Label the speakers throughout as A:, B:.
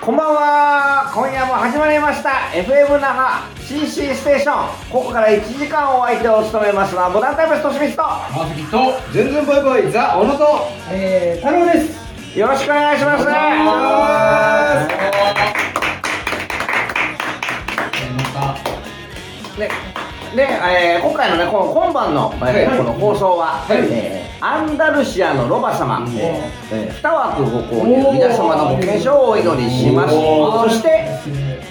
A: こんばんは今夜も始まりました FM 那覇 CC ステーションここから1時間お相手を務めますのはモダンタイムスとしみスと
B: マスキと全然バイバイザ小野と
C: えー、太郎です。
A: よろしくお願いしますねで、えー今回のねこの今晩の、えー
B: はい
A: この放送は、
B: はい
A: えーアンダルシアのロバ様、えーえー二枠ご購入
C: おー
A: 皆様のご健勝をお祈りします
B: お
A: そして、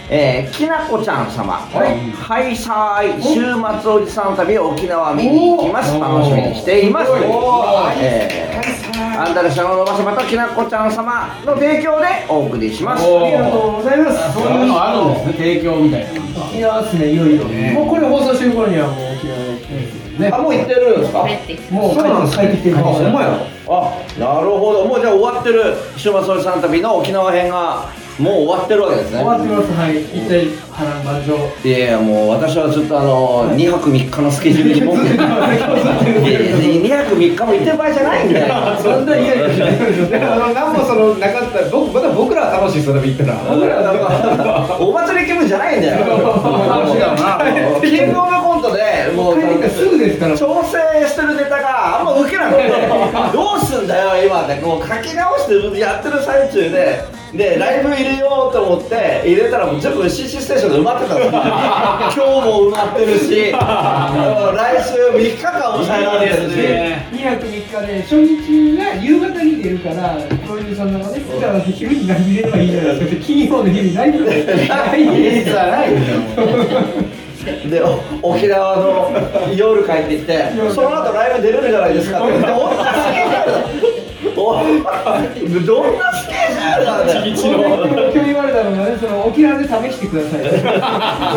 A: えーきなこちゃん様、はい、はいさーい週末おじさん旅沖縄見に行きます
B: おー
A: 楽しみにしています
B: おー
A: えーアンダルシアのロバ様ときなこちゃん様の提供でお送りします
B: おー
C: ありがとうございます。
B: そういうのあるんですね提供みたいな
C: 沖縄ですね、いよいよ。
B: ね
C: もうこれ放送してる頃にはもう沖縄で。
B: ね
A: あもう行ってるんですか
C: もう帰って帰ってきてる。
B: あほんまや
A: あなるほどもうじゃあ終わってる週末おじさん旅の沖縄編がもう終わってるわけですね
C: 終わってます。はい。一体波乱万丈。
A: いやいやもう私はちょっとあの2泊3日のスケジュールに持ってるいやいや2泊3日も行ってる場合じゃないんだよ
C: そんな嫌いや
B: あの何もそのなかった僕また僕らは楽しいですよでも行ったら
A: 僕らなんかお祭り気分じゃないんだよ
B: 楽しいだろうな
A: キングオブコントでもう
C: 帰ってきたらすぐですから。
A: 調整してるネタがあんまウケなくてどうすんだよ今ってこう書き直してやってる最中ででライブ入れようと思って入れたらもう全部 CC ステーションで埋まってたんですよ今日も埋まってるしもう来週3日間抑えられてるし
C: 2泊3日で初日が夕方に出るからプロデューサーの中で普段は昼に何見れればいいじゃないですか金曜の日に何見ればいい
B: いつはないんだよ
A: でお沖縄の夜帰ってきてその後ライブ出れるじゃないですかって言ってどんなスケジュールおいどんなスケジュールなんだよ
C: 一番今日言われたのがねその沖縄で試してください沖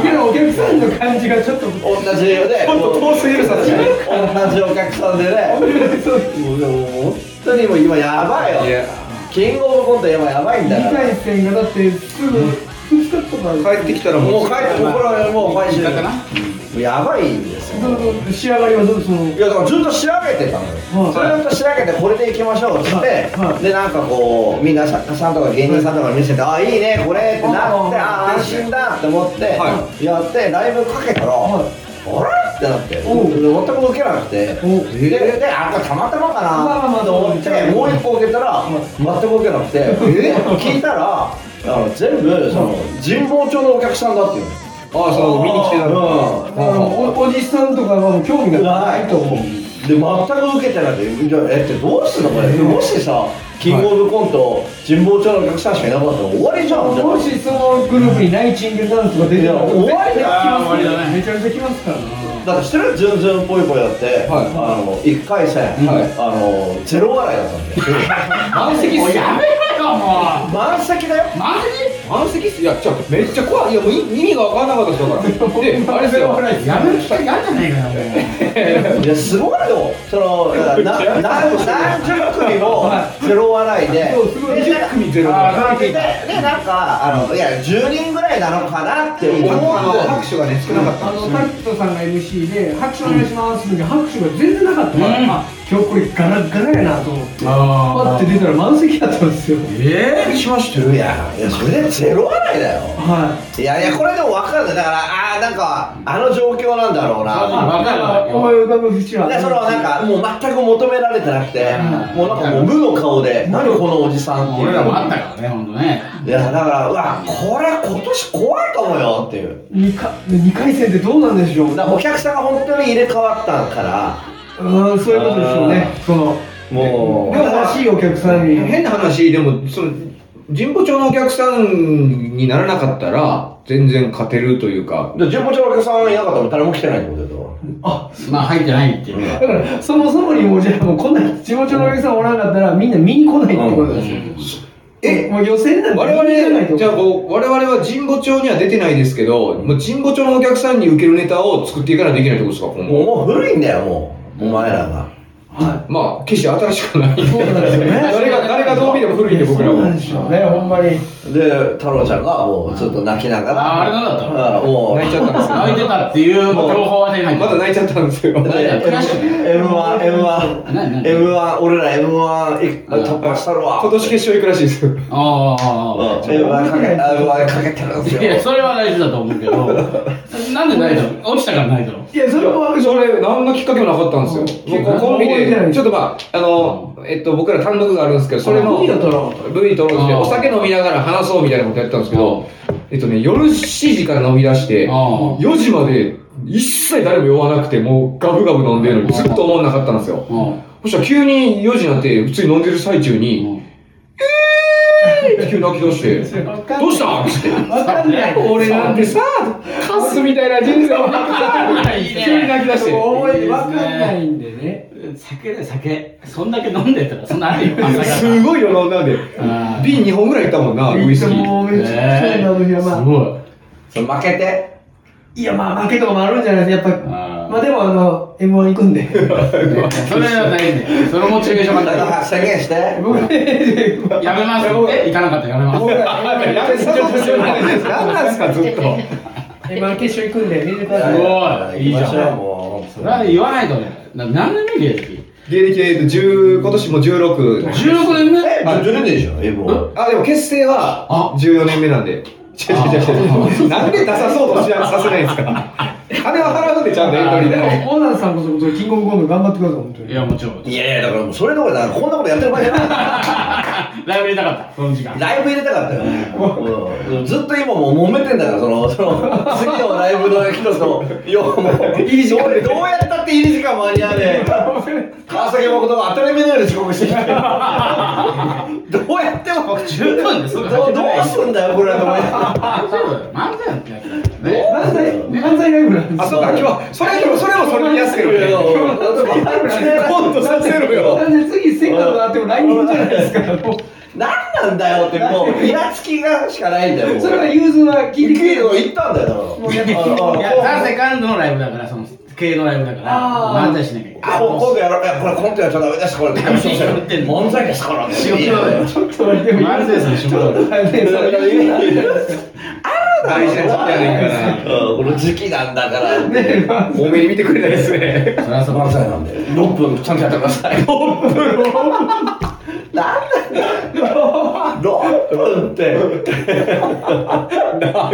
C: 縄のお客さんの感じがちょっと
A: 同じで
B: 本当遠すぎるさ確かに
A: 同じお客さんでね
C: そう
A: もうでも本当にもう今やばいよキングオブコント今やばいん
C: 二
A: だから
C: 回戦がだってすぐ2日とか
B: 帰ってきたら
A: も
B: も
A: う
B: う
A: 帰ってここらもう毎週やばいんですよ
C: その仕上がりはどうその
A: いやだからずっと調べてたのよ、
C: はい
A: それずっと調べてこれでいきましょうっつって、
C: はいはい
A: でなんかこうみんな作家さんとか芸人さんとか見せて、ああいいねこれってなってああ
C: はい
A: 安心だって思って
B: は
A: やって、ライブかけたら、
C: はい
A: あれってなって
C: おう
A: で全く受けなくて
C: おう
A: でであこれたまたまか
C: まあまあ
A: な
C: まあ
A: と思って
C: そう
A: もう一個受けたら全く受けなくてで聞いたらあの全部その神保町のお客さんだっていう
B: ああその見に来てた
A: うん
B: の
C: だからおおじさんとかはもう興味がないと思う
A: で全く受けてないでじゃあえってどうすんのこれもしさキングオブコント神保町のお客さんしかいなかったら終わりじゃんじゃあ
C: もしそのグループにナイチンゲルダンスが出てた
A: いや
C: ら
A: 終わりだ
B: よ終わりだね
C: めちゃめちゃ来ますから
A: だって知ってるズンズンぽいぽいだって、
B: はい
A: あの一回戦、
B: はい
A: あのゼロ笑いだったんで
B: 満席っすやめろよも
A: 満席だよ
B: う満席満席っすいやちょっとめっちゃ怖いいやもうい意味が分からなか ったですよだからであれですよやめる機会があるじゃないかよ
A: いやすごいよそのなな何十組もゼロ笑いで
C: そうすごい
A: で
C: 20組ゼロ
A: あー
C: 笑い
A: ででなんかあのいや10人ぐらいなのかなって思って
B: 拍手がね少なかった
C: あのタクトさんが MC で「拍手お願いします」って拍手が全然なかったから、
B: うん
C: あ今日これガラッガラやなと思って
B: あ
C: パッて出たら満席だったんですよ
B: ええ
A: しましてるやんいやそれでゼロ笑いだよ
C: はい
A: やいやこれでも分かんないだからああーなんかあの状況なんだろう
B: そうだ
A: な
B: ねわかるわ
C: 思い浮かぶ節は
A: でそのなんかもう全く求められてなくて
B: うん
A: もうなんかもう無の顔で「何このおじさん」っていう
B: 俺らもあったからね本当ね
A: いやだからうわこれ今年怖いかもよっていう
C: 2回二回戦ってどうなんでしょう
A: だからお客さんが本当に入れ替わったから
C: うんそういうことでしょうねその
A: もう
C: でも欲しいお客さんに
B: 変な話でもその神保町のお客さんにならなかったら全然勝てるというか
A: で順保町のお客さんいなかったら誰も来てないってことだよ
C: あ
B: まあ入ってないっていう
C: だからそもそもにもうじゃあもうこんな地元のお客さんおらなかったらみんな見に来ないってことですよ、
B: え
C: もう予選なんて見に行かない
B: 我々
C: と
B: じゃあこう我々は神保町には出てないですけどもう神保町のお客さんに受けるネタを作っていかないといけないってことですか今後
A: もうもう古いんだよもうお前らが
C: は
B: まあ、決して新しくない。
C: い。そうなんですよね。
B: 誰が、誰がどう見ても古いんで、僕ら
C: そうな
B: は
C: ん。ですよね、ほんまに。
A: で、太郎ちゃんがもうちょっと泣きながら、
D: あーあれなんだった
A: うんもう、
B: 泣いちゃったんですよ。
D: 泣いてたっていうもう情報は手に入って
B: まだ泣いちゃったんですよ。
D: 泣いた
A: M1、M1、
D: 何何
A: M1、俺ら M1 い突破したるわ。
B: 今年決勝行くらしいですよ。
A: う
D: ああ
A: ん M1 かけ、M1 かけてるんですよ
D: い。やそれは大事だと思うけどなんで泣いたの落ちたから泣いたの
C: いや、それもあるし
B: それ、何のきっかけもなかったんですよ。
C: うん
B: もうコンビ
C: 覚えてない
B: で、ちょっとまあ、あの、えっと、僕ら単独があるんですけど、それの、
C: 海を取ろう。
B: V とロって
D: あー
B: お酒飲みながら話そうみたいなことやってたんですけど、えっとね、夜7時から飲み出して、
D: あ
B: 4時まで一切誰も酔わなくて、もうガブガブ飲んでるのにずっと思わなかったんですよ。
D: あ
B: そしたら急に4時になって、普通に飲んでる最中に、えーって急に泣き出して、
C: わかんない
B: どうしたんって。
C: わかんない。
B: 俺なんてさ、カスみたいな人生を送って
D: いいね
B: 急に泣き出して。
C: 思いわかんないんでね。
D: 酒だよ酒そんだけ飲んでたらそんなあるよ朝から
B: すごいよ、飲んだんで。
D: あー
B: 瓶2本ぐらいいったもんな、ウイスキー。
C: もうめっちゃくちゃなのには
D: す
C: まあ。
D: ごい
A: それ負けて、
C: いや、まあ、負けとかもあるんじゃないですか、やっぱ。
D: あ
C: まあ、でも、あの、M1 行くんで。
D: ーそれは大事ねそのモチベーションが
A: だか
D: 大
A: ら宣言して。
C: 僕ね、
D: 事やめますって行かなかったらやめます
B: やめさそうですよ。何なんですか、ずっと。
C: M1 決勝行くんで、見てくださ
D: す
C: い。
D: ごいいいじゃん
A: 行きましょうもう
D: それは言わないとねな何年目芸歴
B: 芸歴で言うと10、今年も16。
D: 16年目
A: え、徐々にでしょ、M1。
B: あ、でも結成は14年目なんで。違う違う違う違う。なんで出さそうとしなさせないんですか。金は払うんで、ちゃんとエントリーで。
C: オーナーさんこそ、キングオブコント頑張ってください、本当
D: い
C: に。
D: やもちろんもち
A: いやいや、だからもうそれどころだから、こんなことやってる場合じゃない。
D: ろんライブ入れたかったその時間
A: ライブ入れたかったよね、うん、ずっと今もう揉めてんだからそのその次のライブの人といやもう入り時間どうやったって入り時間間に合わねえ川崎誠が当たり前のように遅刻してきてどうやっても
D: 十分です
A: どうどうすんだよこれはと思いながら
D: 大丈夫だよ漫才やってやつだからね
C: 漫才、漫才ライブなんで
B: あ、
C: す
B: そうか、今日、それも、それもそれでやってる
A: いや
B: よね。
A: 今度
B: させろよ。
C: なんで次、せっかくあっても来年じゃないですか。も
A: 何なんだよってもうイラつきがしかないんだよも
C: う
A: う
C: それは融通は聞いてくれる。
A: 行ったんだよ
C: もうや
A: だ
C: って
A: から
D: いやザ・セカンドのライブだからその系のライブだから
C: あー
D: 漫才しなきゃいけない
A: あ、もう今度やろう。いや、これコントやっちゃダメだし、これ。 漫才ですからね。
D: 仕事 だよ
C: ちょっと待って、
D: 漫才さん仕事だよ
C: だね、それ言うな。
B: 大事な時期やねんか
A: うん、この時期なんだから。
C: ね
B: ら。多めに見てくれないですね。
D: そりゃそう
A: 漫才なんで。6分ちゃんとやってください。6分なんだよ !6 分って。なんか、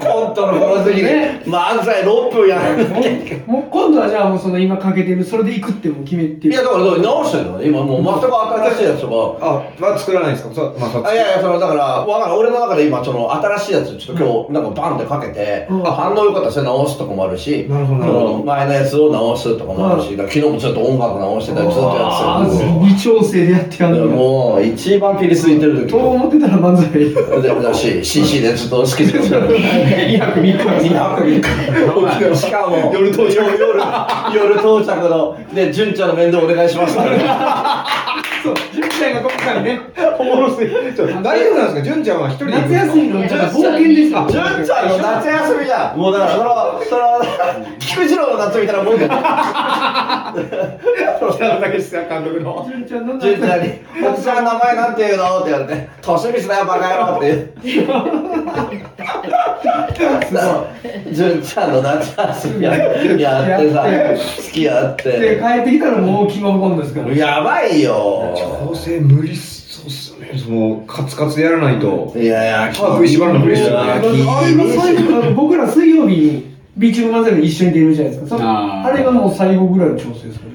A: コントのこの時期ね、漫才6分やるって。
C: もう今度はじゃあもうその今かけてるそれで行くってもう決めて
A: い
C: る
A: や、だから直してるのね。今もう全く新しいやつも。
B: あ、は作らないんですか。そう、まあ、そう
A: あいやいや、その、だから、わからん。俺の中で今、その、新しいやつ、ちょっと今日、なんかバンってかけて、
C: うん
A: あ反応良かったらそれ直すとこもあるし、
B: なるほどなるほ
A: その前のやつを直すとかもあるし、だから昨日もちょっと音楽直してたり、ずっとや
C: あ
A: ってた
C: ー微調整でやってや
A: けど
C: るの
A: もう、一番ピリついてる時
C: と思ってたら漫才
A: でもだし、CC でずっと好きでずっと。
C: 2泊3日
A: しかも、夜到着。夜、夜到着の、で、純ちゃんの面倒お願いしますから。
C: そう10歳が今回ね
B: おもろすぎるちょっと大丈夫なんですか、純ちゃんは一人で行くん
C: 夏
B: ですか。
C: 休みのちょっと冒険ですよ
A: 純ちゃんの夏休みじゃん。もうだから、その、その、菊次郎の夏みたいなもんだよ。
B: 北野武さん監督の。
C: 純ちゃんの夏
A: 純ちゃん
C: 休
A: に「おじさん名前なんて言うの?」って言われて「年見せだよバカ野郎」って言う純ちゃんの夏休みややってさ好きやっ
C: みで
A: て
C: 帰ってきたらもうキングオブコントですから
A: やばいよ
B: 構成無理そうっすね。もうカツカツでやらないと。
A: いやいや
B: 歯食いしばるの無理っすよね
A: いや
C: あれが最後僕ら水曜日にビーチの漫才が一緒に出るじゃないですかそ
D: あ
C: あ
D: ー
C: れがもう最後ぐらいの調整ですから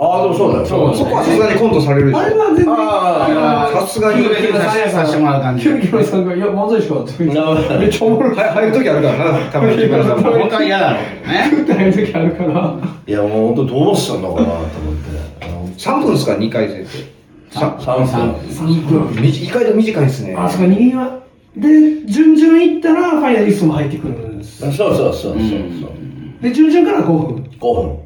A: ああでもそうだよ
D: そう
B: そこはさすがにコントされるでしょ。
C: あれは全然
A: あー
C: あれは
B: さすがに。
D: させてもらう感じ
C: キュンキュンさんが「いや漫才しか」って言って
A: な
C: めっちゃおもろい
B: は入る時あるからな、多分木村さんも。
D: 本当は嫌だろうけどね
C: 食ってない時あるから
A: いやもう本当どうしたんだかなと思ってあの
B: 3分ですか、2回生って。さ
A: 三
D: 三
A: 分
C: 3分
B: 意外と短いですね。
C: あそこにはで順々いったらファイナリストも入ってくるんです
A: そうそうそうそうそう
D: うん
C: で順々から5分
A: 5分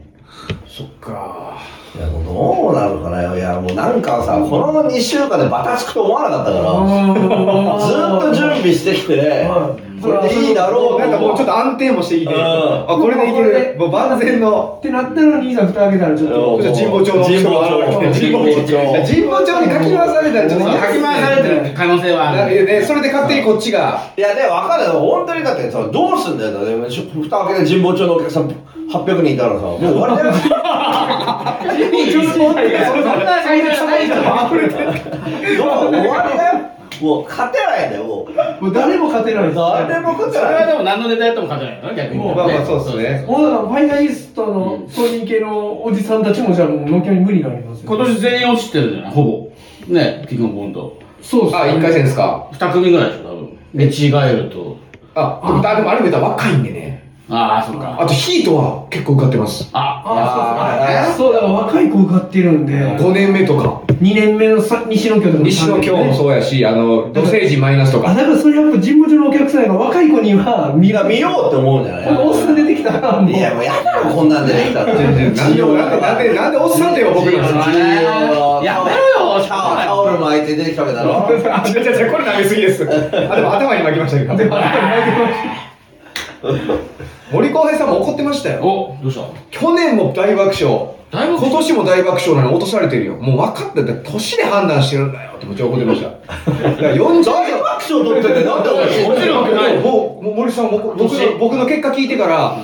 B: そっか。
A: いやもうどうなるかな、いやもうなんかさ、この2週間でバタつくと思わなかったから、ずっと準備してきてね
C: は、い
A: これでいいだろう
B: なんかもうちょっ
A: と
B: と安定もしてきて、
A: うん
B: あこれでいけるもう万全の
C: ってなったのにいざ蓋開けたらちょっと
B: ちょっと神保町の
A: 神保町
B: 神保町神保町にかき回されたらちょっと
D: かき回されてる可能性はある。
B: ね、それで勝手にこっちが
A: いやでも分かるよ本当にだってさどうすんだよだって蓋開けて神保町のお客さん800人いたらさもう終わりだよ
D: そんな最初じゃないから。
A: もう終わりだよもう勝てないんだよもう
C: もう誰も勝てないです
A: 誰も勝
D: そ
A: て
D: れ
A: な
D: はいでも何のネタやっても勝てないの逆に。
C: もう
B: まあまあそうっすね
C: もうだからファイナリストの当人系のおじさんたちもじゃあもう農協に無理がありますよ
D: 今年全員落ちてるじゃないほぼ。ね、キングオブコント。
C: そうっすね
B: あ一回戦ですか
D: 二組ぐらいでしょ、多分。見違えると。
B: あでもあでもアルベタ若いんでね
D: ああ、そっ
B: あ
D: か。
B: とヒートは結構受かってます
D: あ、
C: ああそうだから若い子受かってるんで
B: 5年目とか
C: 2年目のさ西野京とかも
B: 西野京もそうやしあの土星人マイナスとか
C: あだからそれやっぱ神保町のお客さんが若い子には
A: み
C: 見
A: んな
C: が
A: 見ようって思うんじゃ
C: これ
A: な
C: おっさん出てきたらもう
A: いいやもうやだよこんなんでできたって
B: 全然なんでなんでなん でなんでおっさんって呼ぼう僕なんです
D: あれやめろよ
A: タオルタオル巻いて出てきたわけだろ
B: あ違う違う違うこれ投げすぎですあでも頭に巻きましたけど
C: でもあれ
B: 森浩平さんも怒ってましたよ
D: お、どうした
B: 去年も大爆笑
D: だいぶ
B: 今年も大爆笑なのに落とされてるよもう分かってて年で判断してるんだよってめっちゃ怒ってま しただから
A: 大
B: 40
A: 爆笑取っててなんで俺
D: 落ちるわけないよ。
B: もうもう森さんも僕僕の
D: 年
B: 僕の結果聞いてから、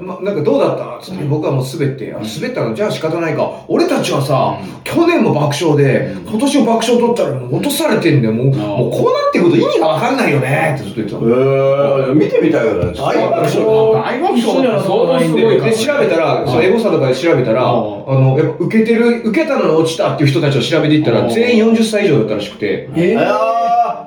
B: ま、なんかどうだったつって僕はもう滑って、あ滑ったのじゃあ仕方ないか俺たちはさ、
D: うん
B: 去年も爆笑で、
D: うん
B: 今年も爆笑取ったらもう落とされてんだよもう,、
D: ん
B: もうこうなってくると意味が分かんないよねってずっと言ってたの
A: えー見てみたいよね大爆笑
D: 大爆笑だった相当すごいから。
B: で調べたら、そのエゴサとかで調べたら、
D: うん
B: あのやっぱ受けてる受けたのに落ちたっていう人たちを調べていった
D: う
B: ら
D: ん
B: 全員40歳以上だったらしくて
C: え
A: え
C: ー
A: ー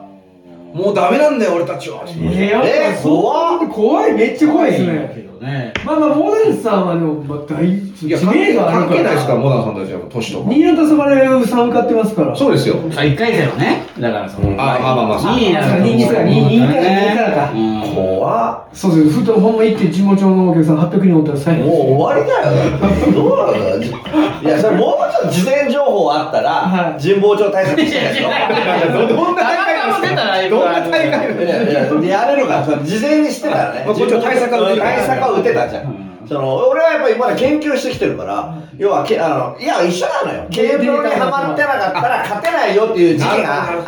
B: もうダメなんだよ俺たちは、
C: えー
A: えー怖っ
C: 怖いめっちゃ怖いです
D: け
C: ね
D: どね。
C: まあまあモーダンさんはでもまあ大知
B: いや関
C: 名
B: 係
C: 度あるから
B: 関係ないですからモダンさんたちは年とか
C: 新潟そばでさん受かってますから
B: そうですよ
D: さあ、一回戦はね。だからその。
B: ああまあまあ
D: 2位な
C: そう二位か二位二位から二位からか
D: うん
A: 怖っ
C: そうですふとほんま行って地元のお客さん800人おったら最
A: もう
C: 後
A: 終わりだよだってどうなんだよいやそれもうちょっと事前情報あった
C: は
A: ら
C: い
A: 神保町対策してないでしょ
B: どんな大会なんですかどんな大会
A: いやいややれるから事前にしてたらね
B: まあこっちは対策は打てた
A: 対策は打てたじゃ
D: うん
A: んその俺はやっぱりまだ研究してきてるから要はけあのいや一緒なのよケーブルにはまってなかったら勝てないよっていう時期があるの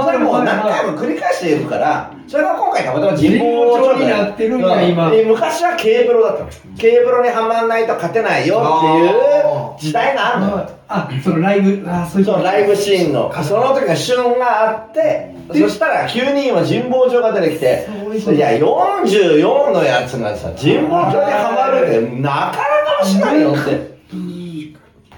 C: あ
A: それもう
C: なる
A: 何
C: ほど
A: 回も繰り返しているからそれが今回たまたま人工調
C: 人工調になってるんだ今
A: 昔はケーブルだったのケーブルにはまんないと勝てないよっていう時代があるのよ
C: あそのライブあそういうこ
A: その
C: と
A: ライブシーンのその時の旬があってそしたら急に今神保町が出てきて
C: そういうこと
A: いや44のやつがさ神保町にハマるってなかなかしないよって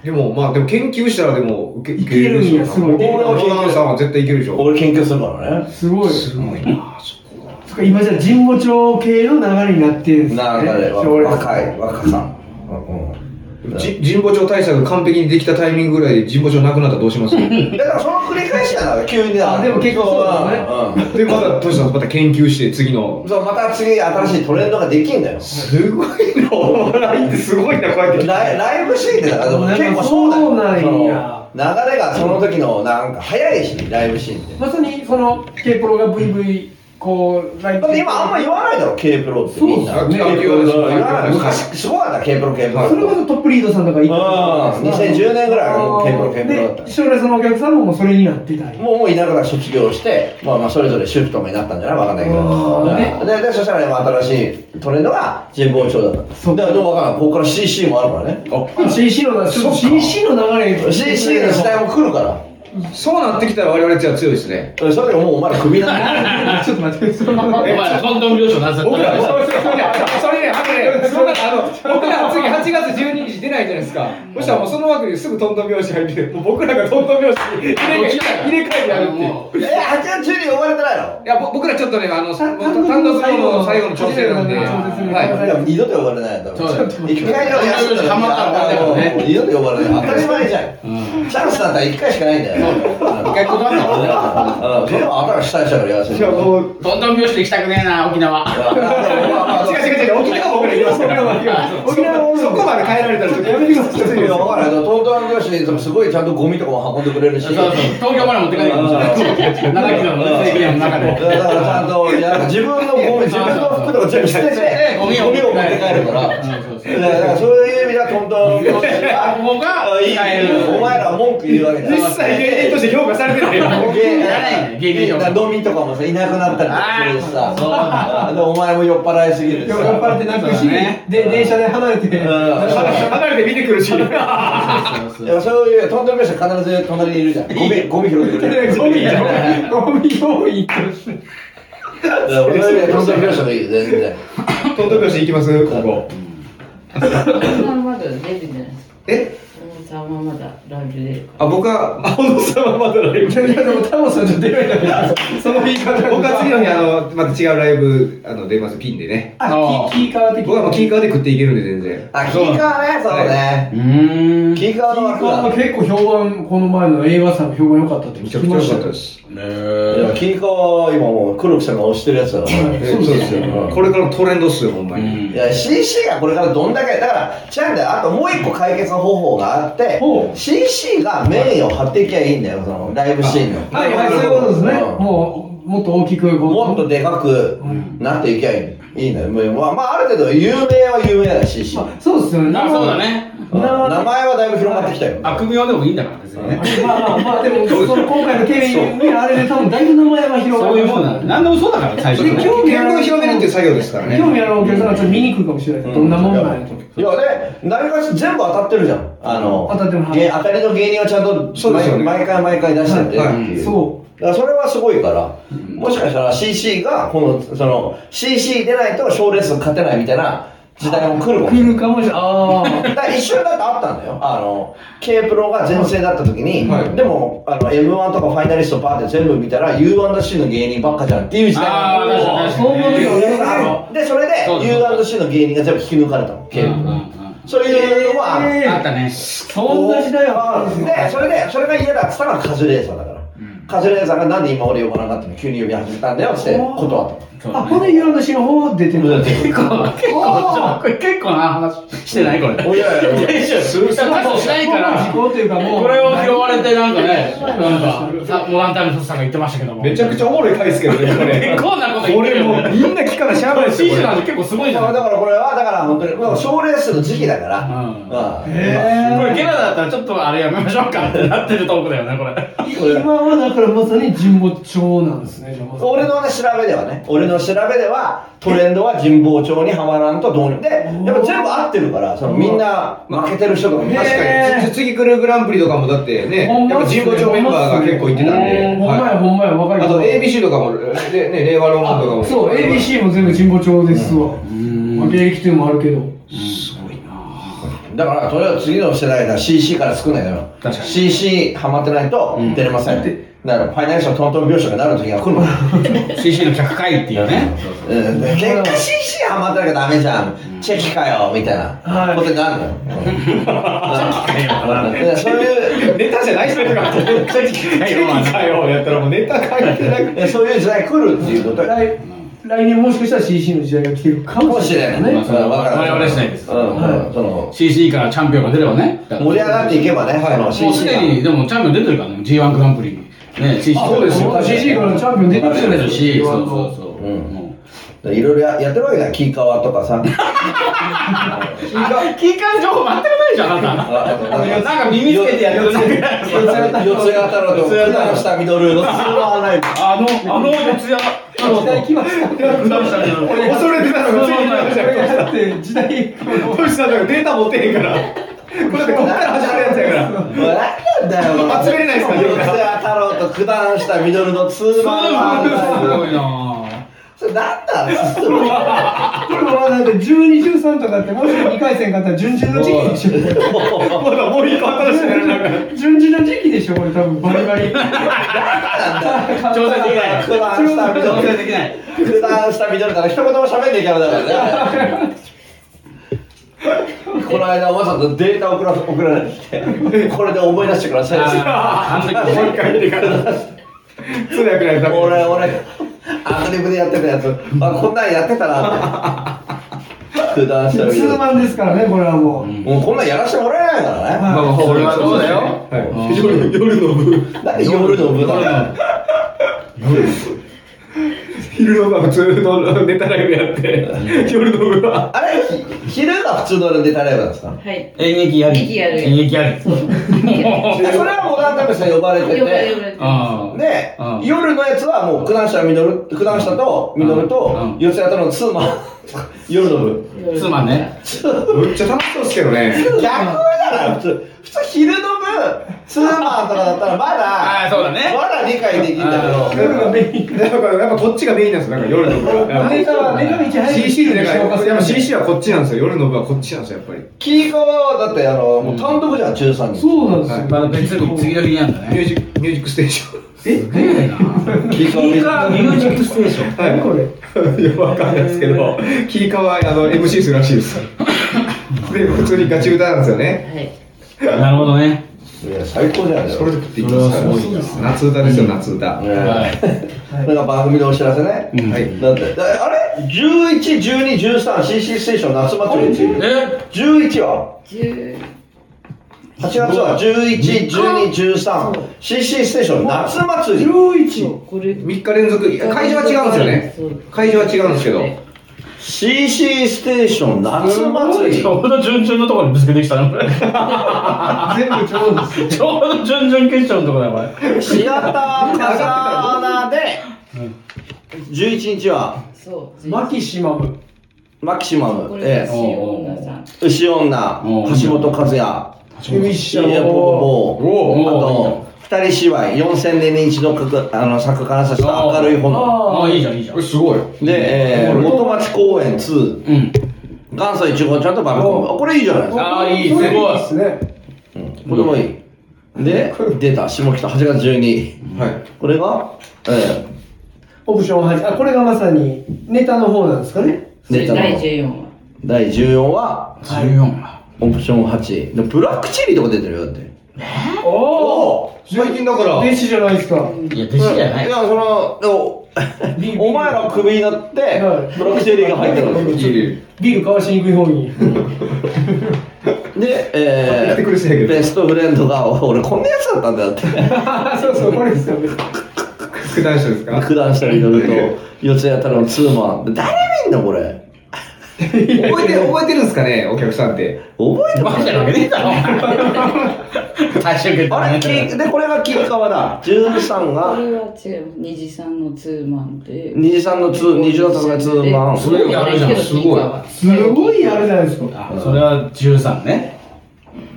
B: でもまあでも研究したらでも受け
C: いけるんや
B: 受け
C: すごい
B: でしょうモダンさんは絶対いけるでしょ
A: 俺研究するからね
C: すごい
B: すごいなそこは
C: そっか今じゃあ神保町系の流れになってるんですね
A: なる
C: そ
A: ほど
C: うです
A: 若い若さんうん
B: じ神保町対策完璧にできたタイミングぐらいで神保町なくなったらどうしますで
A: だからその繰り返しなのよ急にだ
C: あでも結構そうだ
A: ね
C: ね
B: またトシさんまた研究して次の
A: そうまた次新しいトレンドができんだよ
B: すごいなお笑いってすごいなこうやって
A: ライライブシーンってだからでも結構そうだよ
C: そうなんや
A: その流れがその時のなんか早いしライブシーンって
C: まさにその K プロが VV こうライブ
A: だって今あんま言わないだろ K プロってみんな
B: そうですね
A: K プロ
B: 言わない
A: 言わない昔すごかった K プロ K プロ
C: それこそトップリードさんとか行
A: うん2010年ぐらい
C: あー
A: K プロ K プロだった
C: で将来そのお客さんももうそれになってたり
A: もうもういながら卒業して、まあ、まあそれぞれシフトになったんじゃないわかんないけど、
C: あ
A: ででそしたら、ね、まあ新しいトレンドが神保町だった
C: そう
A: だからでも分からんここから CC もあるからね
C: CC の流れ CC の流れ
A: CC の時代も来るから
B: そうなってきたら我々じゃ強いですね
A: その時もうお前らクビなんだよ
C: ちょっと待ってそ
D: お
C: の
D: 前、コンドーム了承なさった
B: 僕ら、
D: ら。
B: それね、あとね、そんなあの、僕ら次8月12日出ないじゃないですか。そしたらもうその枠ですぐトントン拍子入って、もう僕らがトントン拍子入れ替え入れ替えてやるっていう。
A: え8月中に呼ばれてないの
B: いや、ぼ僕らちょっとね、あの、単
C: 単
B: 独の最後の最後の調整なんで、
C: 調整
B: はい。
A: いや二度と呼ばれないだろ
D: そうだよ
A: 一回の休んだら
D: ハマったら終わりだよね
A: もう二度と呼ばれない当たり前じゃん
D: うん
A: チャンスなんて一回しかないんだよ。
D: 一回断ったもんね。
A: あそれは新しいしたいからやせ
B: じゃあもう
D: どんどん拍子で行きたくねえな、沖縄。
B: 違う違う違う沖縄は僕ら行きます沖縄は行きます沖縄はそこまで変えられたらちょっとやめてください
A: いやわからない東京の漁師にすごいちゃんとゴミとかも運んでくれるし
D: そうそう、東京まで持って帰ってき ました。7キロのね、制限の中
A: だ
D: で。
A: からちゃんといや自分のゴミ自分の服とか全部捨てて
D: ゴ
A: ゴ
D: ミ
A: ミを持
D: を持って帰る
A: って帰るから
D: うんそうそう
A: だからそういう意味では東京の漁師
D: あ
A: が
D: ここが
A: いい
D: 使える。
A: お前らは文句言うわけだ
B: 実際芸人として評価されてないよ
D: 芸人評価
A: ドミとかもさいなくなったりとかするしさ
D: そう
A: うんでお前も酔っ払いすぎるし
C: 酔
A: さ
C: っ払って泣くし、
D: そうだね
C: で電車で離れて、
A: うん
B: 離れて見てくるし
D: そうそう
A: いやそういうトントン拍子は必ず隣にいるじゃんゴ ミゴミ拾ってくれる
C: ゴミゴミ多いって
A: そういう意味ではトントン拍子もいいよ全然
B: トントン拍子行きますここ
E: さんまだ出るじゃないですか。
B: え
E: 小野さんはまだライブ出るか
B: あ僕は青野さんはまだライブ
C: でもタモさんじゃ出ないじゃないですかその言い方
B: 僕は次の日あのまた違うライブあの出ますピンでね
C: あキキーカー的
B: 僕はもうキーカーで食っていけるんで全然
A: あキーカーねそうね
D: うーん。
A: キーカーの枠だ
C: あ結構評判この前の映画さんの評判良かったって
B: め
C: 聞
B: ちゃ
C: き
B: くちゃ
C: ま
B: 良
C: した
B: かっ
C: よ
B: たです
D: ね
A: いや
D: え。
A: キーカーは今もう黒木さんが推してるやつだからね
B: えそうですよこれからトレンドっすよほんま
D: う
B: に
A: い
D: ん
A: や CC がこれからどんだけだから違うんだよあともう一個解決の方法があって
C: ほう
A: CC がメインを張っていきゃいいんだよそのライブシーンの
C: はいはいそういうことですね
A: うん
C: もうもっと大きく
A: もっとでかくなっていきゃいいいいんだよもうまあ、まあ、ある程度有名は有名だし CC
C: あそうですよね
D: なそうだね。
A: うん名前はだいぶ広がってきたよ
D: 悪名でもいいんだから、別にね。
C: まあまあまあでもその今回の経緯にあれで多分だいぶ名前は広が
D: そういうもん
C: ま
D: な
C: し
D: んだ。何でもそうだから、最初
C: で今日
D: ね。
C: 興味ある
B: 結婚広めるっていう作業ですから
C: た
B: ね
C: 興味あるお客さんはちょっと見に来るかもしれないですどんなもんなんやと
A: いやで何かしら全部当たってるじゃんあの
C: 当たってます
A: 芸当たりの芸人はちゃんと
B: そうですよね
A: 毎回毎回出してって
B: はい
A: っていう
C: そ
A: だからそれはすごいから、もしかしたら CC がこのその CC 出ないと賞レース勝てないみたいな時代も来る
C: う
A: もん
C: 来るかもしれないああ
A: だから一瞬だってあったんだよあの K プロが全盛だった時に、
B: はい
A: でもあの m 1とかファイナリストバーって全部見たら U&C の芸人ばっかじゃんっていう時代
D: あ
A: が
D: ー確かに確か
C: そ
D: に
C: う思うよね
A: あのでそれで
D: そうそう
A: U&C の芸人が全部引き抜かれたの K プロが、そういうのはある、
C: えー
D: あったね。
C: そんな時代はあるんですね
A: でそれでそれが嫌だっつったらカズレーザーだから、カズレーザーがなんで今俺呼ばなかったの急に呼び始めたんだよっつって断ったの
C: あ、これ、ユラの詩の方出てるんだ。
D: 結構、結構、これ結構な話してないこれ。
A: いやいやいや
D: すごい。しないから。
C: こうというかもう。
D: これを拾われてなんかね、なんか、さもうワンタイムの人さんが言ってましたけども。
B: めちゃくちゃおもろい回ですけどねこれ
D: 結構なこと言って
B: 俺
D: るよ
B: もう
D: ね。
B: みんな聞かなしゃあないで
D: これ、
B: すよこれ
D: シーズナーズ結構すごいじゃ
A: だ
D: ん。
A: からこれはだから本当にまあ賞レースの時期だから、
D: うん
A: うん
D: これ、ゲラだったらちょっとあれやめましょうかってなってるトークだよね、これ。
C: 今はだからまさに神保町なんですね。じゃあまさに
A: 俺の、ね、調べではね俺の調べではトレンドは神保町にはまらんとどうにもでやっぱ全部合ってるからそのみんな負けてる人とかもいます
B: 確
A: から
B: かに
C: へー
B: つ次来るグランプリとかもだってねやっぱ神保町メンバーが結構行ってたんで
C: ほんま
B: は
C: やほんまや若い
B: い
C: 子。
B: あと ABC とかもでね令和ロマンとかも
C: そう ABC も全部神保町ですわ。まあ現役店もあるけど。
A: だからそれは次の世代が CC から作んないのよ
D: 確かに
A: CC ハマってないと出れません、だからファイナリストのトントン拍子がなる時が来るの
D: CC の100回っていうね。
A: うんで結果 CC ハマってなきゃダメじゃんチェキかよみたいなことになるのよ、うんでそういう
B: ネタじゃない人がかよやったらもうネタ書いてなくて
A: えそういう時代来るっていうことよ
C: 来来年もしかしたら CC の時代が来てるか
A: かも
C: も
A: し
C: し
A: れ
C: れ
A: な
C: ないい
A: ね。
C: ね
D: まあ。それは我々はしないです
A: うん、うんその
D: CC からチャンピオンが出ればね。
A: 盛り上がっていけばね、はい、も
D: もうすでに、でもチャンピオン出てるからね、G1 グランプリに。ね、CC
A: そうですよ
C: もう CC からチャンピオン出てるじゃない
D: 出てる
C: です
D: し、
C: か。
D: そうそうそう。
A: うん
D: も
A: いろいろややってるわけだ、キーカワとかさ。
D: うあキーカー情報全くないじゃん、あな
A: あ
D: た。なんか耳つけてやってるだけだよ
A: 四谷太郎と
D: 四
A: 普
D: 谷太郎
A: 段したミドルの普通の案内
D: あの、あの四谷太郎と。
C: 来ました。
B: 恐れてたのがついになるじゃん
C: だって時代この
B: トシさんなんかデータ持ってへんからこれだってこっから始まるやつやから
A: もう何なんだよ
B: 集めれないっすか
A: 四谷太郎と九段したミドルのツーマンの案内
D: すごいな
A: それ何なんすか
C: これはなんか12、13とかってもし2回戦勝ったら準々の時期でしょ。
B: まだもう一個新しいのやる
C: 順次の時期でしょ、これ多分バリバリ。
D: 挑戦できない。
A: 九段したミド
D: 挑
A: ル
D: 戦できない。
A: 九段したミドルから一言も喋んねえからだからねこの間、おばさんとデータ送ら送られてきて、これで思い出してくださいって
D: あーあの時もう一回見てから
B: 通訳のやつだ
A: 俺、俺、アドリブでやってたやつ、あこんなんやってたなって。普段したらいい
C: ツーマンですからね、これはもう。
A: もうこんなんやらせてもらえないからね。
C: まあまあ
D: それはそうだよ
B: は
D: 夜夜の部
A: なんで夜の部だ
B: 昼のが普通のネタライブやって、夜の部は。
A: あれ、ひ昼が普通のネタライブなんですか
E: はい。
D: 演劇やり
E: 演劇やる
D: 演劇やり
E: そう。
A: それはモダンタイムスに呼ばれて
E: 呼ばれ呼
A: て。
E: ばれてま
D: ああ
A: で
D: う、ん
A: 夜のやつはもう、九段下みのる、九段下とみのると
D: う、ん
A: 四谷とのツー マン、夜の部。
E: す夜
D: 妻ね
B: めっちゃ楽しそうですけどね。
A: 逆だな普通普通昼の部ツーマンとかだったらまだ
D: あーそうだね
A: まだ理解できんだ
D: あ
A: けど
B: だからメインだからやっぱこっちがメインなんですよ、なんか夜の部は。
C: ネタは、ネタの一入
B: CC でだから、やっぱ CC
C: は。
B: はこっちなんですよ、夜の部はこっちなんですよ、やっぱり。
A: キーコはだってあのもう単独じゃん13人
C: そうなんですよ。
D: まあ別に次の日なんだ
B: ミュ
D: ね
B: ージック、ミュージックステーション。
D: ええな
A: キーコ
D: ミュージックステーション
B: はい、これ。 よくわかんないですけど、キーカはあの MC するらしいです。 で、普通にガチ歌なんですよね。
E: はい。
D: なるほどね
A: いや最高じゃないです
B: そ
A: か
B: れで食っていきますから
D: それはすごいな
B: 夏歌ですよ、夏歌。は
A: ね なんか番組のお知らせね、
D: うん
B: い。
A: なんでだあれ111213CC ステーション夏祭りっていう
D: え
A: 11は
E: 十
A: 8月は111213CC ステーション夏祭り
C: 11。
E: これ。
B: 3日連続、いや会場は違うんですよね。会場は違うんですけど。
A: CC ステーション夏祭り
D: ちょうど準々のと ころにぶつけてきたなこれ
C: 全部ちょうどです。
D: ちょうど準々決勝のところだよこれ
A: シアターカザーナで11日は
E: そう。
C: マキシマム。
A: マキシマム
E: こ、れ
A: え
E: ですよ、女さん。
A: え、牛女、
D: うん
A: 橋本和也、
C: ミッシ
A: いや
C: ャ
A: 僕
C: も。
A: も
D: おー
A: あと二人芝居4000年に一度書くあの作家がさせた明るい炎
D: ああいいじゃんいいじゃん
B: これすごい。
A: で、えー、元町公演2
D: うん
A: 元祖いちごちゃんとバビコンあこれいいじゃないですか、
D: あーいい
C: それ
D: すごい
C: ですね。
A: うん、これもいい、で出た下北8月12
B: はい。
A: これがえ
C: オプション8。あ、これがまさにネタの方なんですかね。
A: え出たの
E: 第14話。
A: 第14は
D: 14は
A: オプション8でブラックチリとか出てるよだって
C: おお。
B: 最近だ から、
C: 弟子じゃないですか。
D: いや弟子じゃない
A: いやそのでもお前らクビになってブラ
C: は
A: ッ
C: い
A: クチリが入ってるんですよ
B: いいね
C: ビール交わしにくい方に。
A: で、え
B: やってくれそうやけ
A: ー、
B: ど
A: ベストフレンドがお俺こんなやつだったんだよって
C: あ、そうそう、これですよね。
B: 副団長ですか
A: 九段下に乗ると四谷太郎のツーマン誰見んのこれ
B: 覚えて、覚えてるんですかね、お客さんって。
A: 覚えて
D: バカじゃな
A: ま
D: わけねえだろお前最終決定
A: あれきでこれが金川だ13
E: こ
A: が
E: れは違う。二次さんのツーマンで。
A: 二次さんのツー二次の戦いツーマン
D: すごいやるじゃんすごい
C: すごいあれじゃないですか。
D: あそれは13ね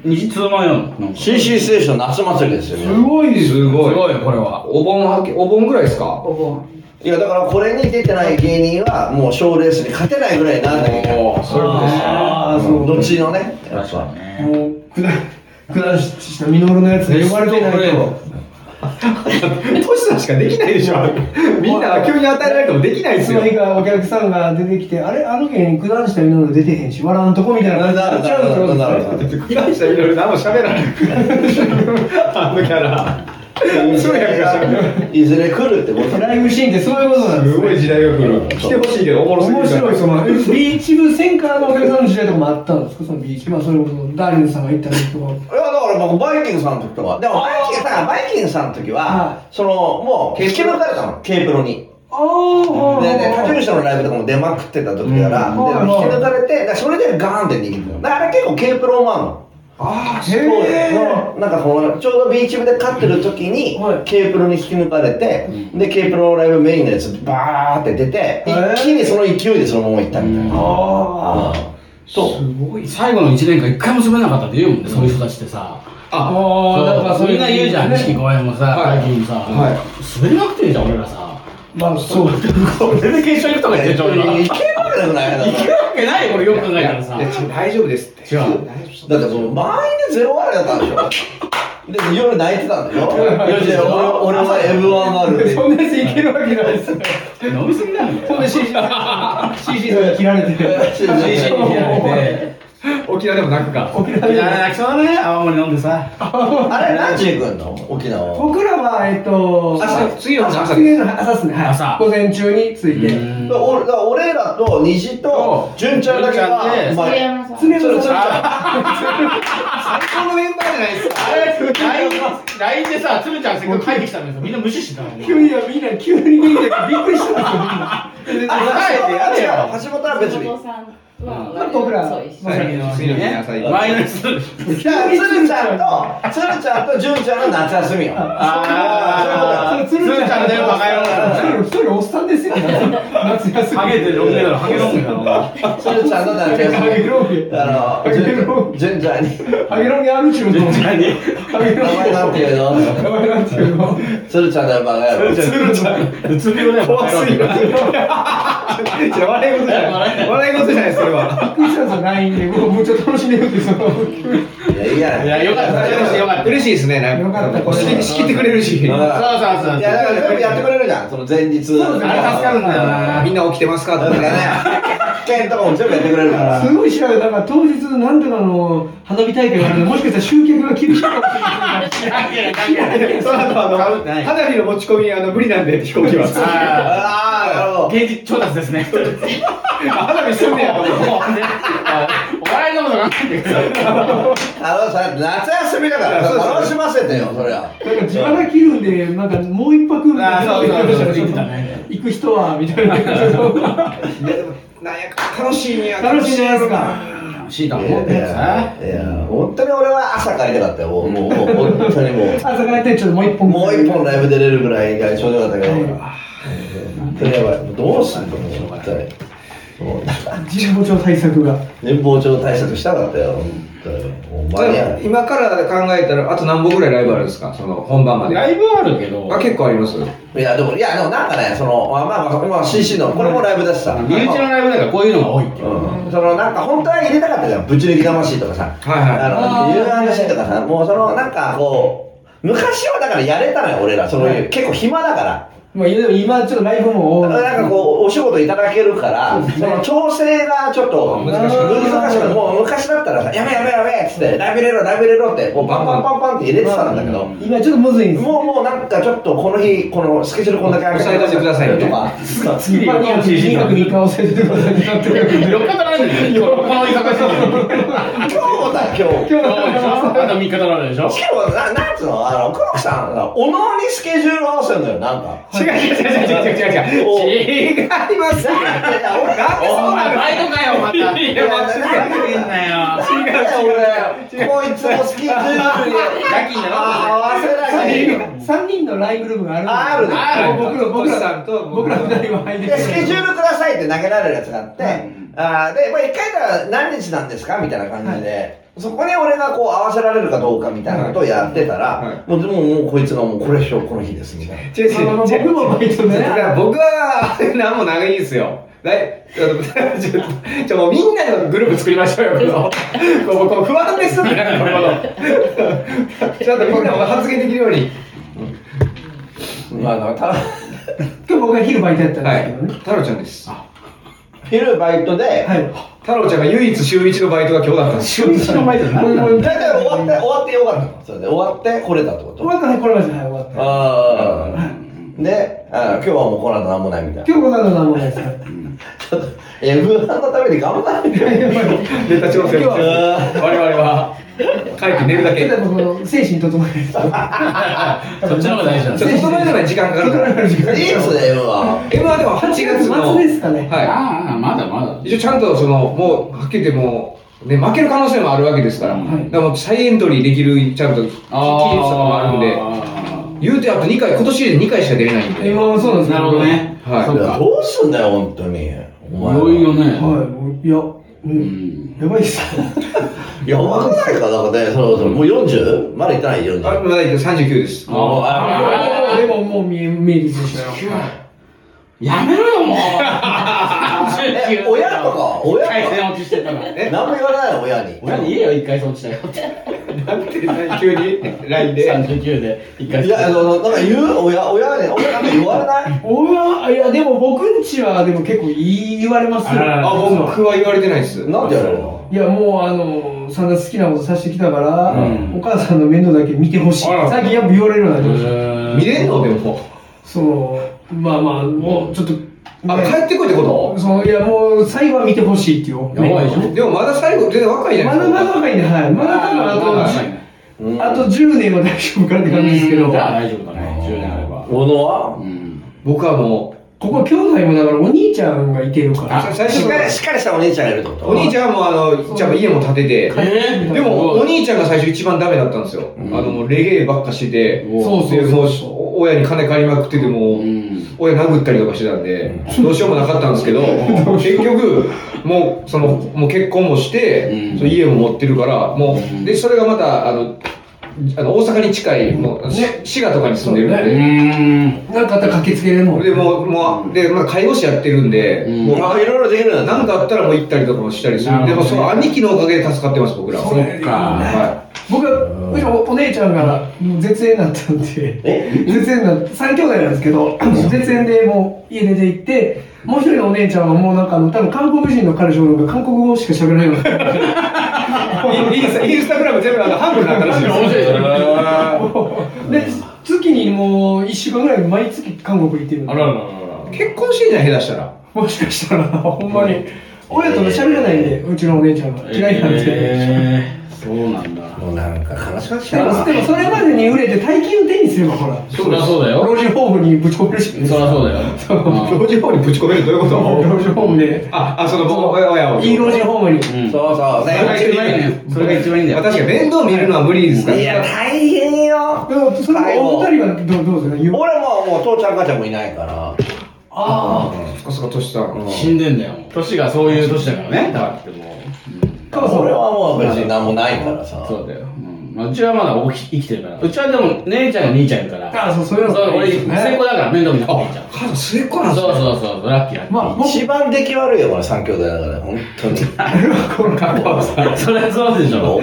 D: 2通万よなんかす
A: CC ステーション夏祭りですよ
C: す
A: ね
C: ごいです。
B: すごい。
D: ごいよこれは
B: お盆はけ、お盆ぐらいですか
E: お盆。
A: いやだからこれに出てない芸人はもう賞レースに勝てないぐらいなんだけど
B: おーそういうことです
C: ああ、そう。
A: 後のねやっぱ
C: もう、くだ、くだしたミノルのやつで呼ばれてないと。
B: トシさんしかできないでしょ。みんな急に与えられてもできないで
C: つ
B: す
C: ま
B: よ。
C: りがお客さんが出てきて、あれあの件九段下ミノル出てへんし、笑わんとこみたいな感じになっちゃうってこ
A: な
C: と
A: るなるなるなる
C: ですね。
B: 普段したいろいろ何も喋らない。あのキャラ。通訳が喋る。
A: いずれ来るってこと
C: ライブシーンってそういうことなんですす
B: ごい
C: ね。
B: 時代が来る。来てほしいけど、おもろすぎる
C: 面
B: から。
C: 白い、その、ビーチ部戦からのお客さんの時代とかもあったんですかそのビーチ部、まあ、それこそ、ダーリンさんが行った時とか。
A: いやだから僕バイキングさんの時とかでもバイキングさんバイキングさんの時
C: は
A: はそのもう引き抜かれたの K プロに
C: ああ、
A: でね他事務所のライブとかも出まくってた時だから、
C: うん
A: で
C: はいはい
A: 引き抜かれてだからそれでガーンって握ったのだからあれ結構 K プロもあるの
C: ああ、
A: そ
C: へ
A: うで
C: え。
A: なんかこのちょうどビーチ部で勝ってる時に
C: はい
A: K プロに引き抜かれて、で K プロのライブメインのやつバーって出て
C: ー
A: 一気にその勢いでそのまま行ったみたいな、
C: ああ。
A: あそう
D: 最後の1年間一回も滑らなかったって言うもんね、そういう人たちってさ
B: あ、
C: ああ、なんか
D: そ
C: そ
D: み
C: れ
D: んな言うじゃん錦鯉もさ
B: はい
D: 最近もさ、
B: はい
D: 滑れなくていいじゃん俺ら さ
C: まあ、そう。
D: これで決勝行くとか言ってんじゃん俺ら
A: い
D: 行
A: けるわけなくないだから
D: けるわけないよこれよく考えたらさ
B: いやちょ大丈夫ですって。
D: 違う
A: だってその満員でゼロ割れだったんでしょ で夜泣いてたんでしょ4時で俺俺は M1 があるって
C: そんなやついけるわけないですよ。
D: 飲みすぎなのよ
C: ほんで CG さんが切られて。
A: CG
D: に切られて
B: 沖縄でも泣くか。
C: 沖縄
D: い
C: でも
D: や、泣きそうだね、泡盛飲んでさ。
A: あれ何時に来んの沖縄
C: 僕らは、えっと、
B: 朝次の日の朝
C: 次の日の朝ですね。はい
D: 朝
C: 午前中に着いて。
D: うん
A: おだから俺らと虹と純ちゃんだけが
D: 純ちゃんで
A: まあ
E: 鶴山さん。
C: 常山さん
B: 最高のメンバーじゃないですか。
D: あれ、LINE でさ、つるちゃんせっかく帰ってきたのにさ、みんな無視してたの。
C: 急にみんな急に見てびっくりしたんですよみんな。
A: あ
D: 帰ってやれよ
A: 違う橋本は別に
E: 松本さんは
C: うん僕ら
E: そうです
C: は
B: 次の日の朝行
D: マイナス。
A: じゃあ鶴ちゃんと鶴ちゃんと純ちゃんの夏休みよ
D: あー、つるちゃんだよ、バカ野郎。
C: 一人おっさんですよ。夏休み。
D: ハゲてロン毛だろ、ハゲロン毛だろ。
A: 鶴ちゃんの夏休
C: ハゲロン
A: み
C: 毛
A: あの
C: ハゲロン
A: 純純ちゃんに
C: ハゲロンにあるちゅうの。ハ
D: 何
C: ゲ
A: 名
C: ロン
A: 前なんていうの
C: 名前なんていうの。
A: 鶴ちゃんだよバカ野郎
D: つるちゃん、うつ病だよ、バカ野 郎。
B: じゃ笑い事じゃない。笑い事じゃない、それは。
C: クリスマスはないんで、僕もうちょっと楽しんでるって、その。
A: いやいいやん
D: いや、よかった、よかった。
B: 嬉しいですね、なんか。
C: よかったこれ
B: 仕切仕切ってくれる し。みん
A: だ
B: な
A: から
D: そうそうそう
A: いやだから全部やってくれるじゃんその前日
C: うですね
D: あれ助かるんだよな。
B: 起きてますか
A: だ
B: と
A: か
B: かね。
A: らね県とかも全部やってくれるから
C: すごい調べたから、当日なんとかの花火大会があるので、もしかしたら集客が厳しいかもしれない。
B: その後あの
D: 買うない
B: 花火の持ち込みあの無理なんで飛行機は。
D: あ
A: ああなるほ
D: あ、
A: ど
D: 芸術調達ですね。
B: 花火すんねやと思って。
D: お笑いのこと考えてください。
A: あのさ夏休みだから楽しませてよそりゃ
C: なんか自腹切るんで、なんかもう一泊
D: あそうそうそう
C: 行く行く人はみたいな。
B: なんやか楽しいね。
C: 楽しいじゃないですか。
D: 楽しいと
A: い
D: 思う
A: や
D: んだよな。
A: いや本当に俺は朝帰りたかったよもうもうもう本当にもう
C: 朝から店長もう一本。
A: もう一本ライブ出れるぐらいがちょうどよかったけど本当にやばいもうどうすんの本当にもう
C: 神保町対策が。
A: 年俸帳対策したかったよ本当にもう間に合う
B: 今から考えたらあと何本ぐらいライブあるんですかその本番まで。
D: ライブはあるけど、
B: あ結構あります。
A: いやでもいやでもなんかねそのまあまあまあまあ CC のこれもライブだしさ
D: 身内のライブだからこういうのが多いっていう。
A: うんそのなんか本当は入れたかったじゃんぶち抜き魂とかさ
B: はいはい
A: あ
C: あ
A: の
C: ー
A: 夕話とかさもうそのなんかこう昔はだからやれたのよ俺らその、
C: はい
A: 結構暇だから
C: まあ、でも今ちょっとライブも多い。
A: なんかこうお仕事いただけるからその調整がちょっと
B: あ難し
C: い
A: 難しくてもう昔だったらさ「やべやべやべ」っつって「ライブ入れろライブ入れろ」ってこうバンバンバンバンって入れてたんだけど、
C: 今ちょっとむずいんですよ。
A: もうもうなんかちょっとこの日このスケジュールこんだけ開
B: 押さえといてくださいね
A: とか
C: 一般には人格に顔せてくださいになってる。
D: 4日たらないんだよ、この居酒屋さんで。
A: 今日もだ今日
C: 今日
D: あと3日たらないでしょ
A: しかもななんつうのあの黒木さんがおのおにスケジュール合わせるのよなんか
B: 違う違う違う違う違う違う。違います。
A: いや俺なんで
D: お前バイトかよ、また。い
A: や
D: 待ってくれんなよ。
A: 違う俺こいつもスケジュールに
D: 夜勤だろ
A: 合わせなきゃいいの
C: 三人のライブルームがあるんですよ。
D: ある
C: 僕ら僕
B: トシさ
C: ら
B: んと
C: 僕ら二人は入って
A: でスケジュールくださいって投げられるやつがあって、あーで、まあ、1回から何日なんですかみたいな感じで、そこに俺がこう合わせられるかどうかみたいなことをやってたら、
B: はい
A: もうでももうこいつがもうこれしようこの日ですみたいな。
B: 違う違
C: まあまあ
B: う違う
C: 僕。もバイトで
B: だ
C: ね。
B: から僕は何も長いんですよ。来ちょっと ちょっとちょもうみんなのグループ作りましょうよ。このこうこう不安ですみたいなこの。ちょっとみんなも発言できるように。
A: まあ、だから
C: 今日僕が昼バイトやったん
B: は
C: ですけど
B: い
C: ね。。
B: 太郎ちゃんです。
A: た昼バイトで、
C: はい。
B: 太郎ちゃんが唯一週一のバイトが今日だったんですよ。
C: 週一のバイトなんだ。
A: 大体終わって、終わってよかったのそれで終わってこれたってこ
C: 終わ
A: と
C: ったね、これまではい、終わった。
A: ああ。で、あー今日はもうこの後なんもないみたいな。
C: 今日こそなんもないですから。
A: ちょっと、M1 のために頑張って。
B: ネタ調整。
C: 今日は
A: あ
B: 我々は帰って寝る だけ。
C: ただ僕の精神整える。
D: そっちの方が大事なん
B: ち
D: だ
B: ょっと整えるのに時間かかるから。
A: ーいいっすね、M1。
B: M はでも8月の
C: 末ですかね
B: はい。
D: ああ、まだまだ。
B: 一応ちゃんとそのもうはっきり言ってもうね負ける可能性もあるわけですから、
D: はい
B: だからもう再エントリーできるちゃんと期日とかもあるんで言うてあと2回今年で2回しか出れないんで
C: 今もそうなんです
D: なるほど。ね。
B: はい
D: そうか。
A: どうすんだよ、本当に。お前
D: 多いよね。
C: はいもう、いや、う、
D: うんん。
C: やばいっす。
A: いや、わかんないか、なんかね、そろそろ、もう 40? まだいってない、
B: あ
A: 40。
B: まだ言って39です
D: ああ
C: でも、もう見え、見えるでしょ。
D: やめろよ、もう。
A: え、親とか、
D: 一
A: 親
D: 回
A: とか。
D: 線落ちしてたから。
B: え
A: 何も言わないの、親に。
D: 親に言えよ、一回線落ちたよって。
B: なんて何急に LINE で
D: 39で、一回
A: いや、あの、なんか言う親、親に、親なんか言われない
C: おや、あいやでも僕んちはでも結構いい言われますよ
D: あらら
B: あ、僕は言われてないです。
A: なんでやろ
C: いやもうあのさんざん好きなことさしてきたから、
D: うん
C: お母さんの面倒だけ見てほしい
D: あら
C: 最近やっぱ言われるようになりました
B: 見
D: 見
B: れんのでも。
C: そのまあまあもうちょっと
B: あ、帰ってこいってこ
C: そのいやもう最後は見てほしいっていう
D: やばいじゃ
B: とでもまだ最後、全然若いじゃな
C: ま
B: いで
C: だ
B: すか。
C: まだ若いんではいまだ多分あと
B: まだ
C: じ
B: うん
C: あと10年は大丈夫かなって感じですけど
D: じゃあ大丈夫だね。10年あれば。
A: 小野は
D: うん。
B: 僕はも
C: ここは兄弟もだからお兄ちゃんがいてるか
B: う、
C: ら
B: 最
A: し
B: 初
A: っ
B: か
A: からり、しっかりしたお兄ちゃんがいるってこと
B: お兄ちゃんもあの、じゃあ家も建てて、
D: え
B: でもお兄ちゃんが最初一番ダメだったんですよ。あ
D: ん
B: の、レゲエばっかしてて、
D: う
C: そうそう
B: で
C: そ
B: も
C: う
B: う親に金借りまくってても
D: う
B: う、
D: ん。
B: 親殴ったりとかしてたんで、どうしようもなかったんですけど、 結局、もう、その、もう結婚もして、
D: うん
B: その家も持ってるから、も
D: う
B: う、
D: ん
B: で、それがまた、あの、あの大阪に近い、もう、し滋賀とかに住んでるん
C: そう
B: で、
D: うん。
C: なんかあったら駆けつけれるもん
B: でもう、もう、で、まあ、介護士やってるんで、
D: うん
B: もう、
A: あいろいろできるんだ
B: 何かあったらもう行ったりとかもしたりするんで、でも
D: なるほど
B: そ
D: ね
B: の兄貴のおかげで助かってます、僕らは。
C: そう
D: そっか
B: は
C: 僕はむしろお姉ちゃんがもう絶縁だったんで
A: え
C: 絶縁な3兄弟なんですけど絶縁でもう家出て行ってもう一人のお姉ちゃんはもうなんかあの多分韓国人の彼女が韓国語しか喋らないような
B: い。インスタインスタグラム全部あの、ハングになったらしいです
D: 面白いですね
C: で月にもう1週間ぐらい毎月韓国行ってるん
D: あ
C: で
D: らららら
B: 結婚してんじゃん、下手したら。
C: もしかしたらほんまに親と喋らないんでうちのお姉ちゃんが
D: ら。
C: 嫌いなんで、
D: えーそうなんだ。
A: もうなんか悲しくなってき
C: で
A: た
C: も
A: な
C: でもそれまでに売れて大金を手にすればほら
D: そりゃそうだよ。
C: 老人ホームにぶち込めるし
D: そりゃそうだよ。
B: 老人ホームにぶち込めるどういうこ
C: 老
B: と
C: 人ホームで
B: あ、あ、その、僕親親を。
C: いい老人ホームに
D: うん
A: そうそう
D: それが
A: ね
D: 一番いいんだよ。それが一番いいんだよ。
B: 確かに面倒見るのは無理ですから。
A: いや大変よ
C: でもそれもお二人はどうどうですか
A: 俺ももう父ちゃん母ちゃんもいないから
C: ああ
B: そっかそっか、トシさん。
D: 死んでんだよ。年がそういう年だからね。だからっても
C: 母さん
A: 俺はもう別に何もないからさ
D: う。そうだよ。うんまあうちはまだおき生きてるから。うちはでも姉ちゃん兄ちゃんいるから。
C: ああそうそれ
D: そう
C: は
D: 俺末っ子だから面倒見なくていいじゃん。
B: 母さん末っ子なん
D: そう
B: ですね。
D: そうそうラッキーラッキー。
C: まあ僕
A: 一番出来悪いよこれ三兄弟だから本当に
D: それはそうでしょ。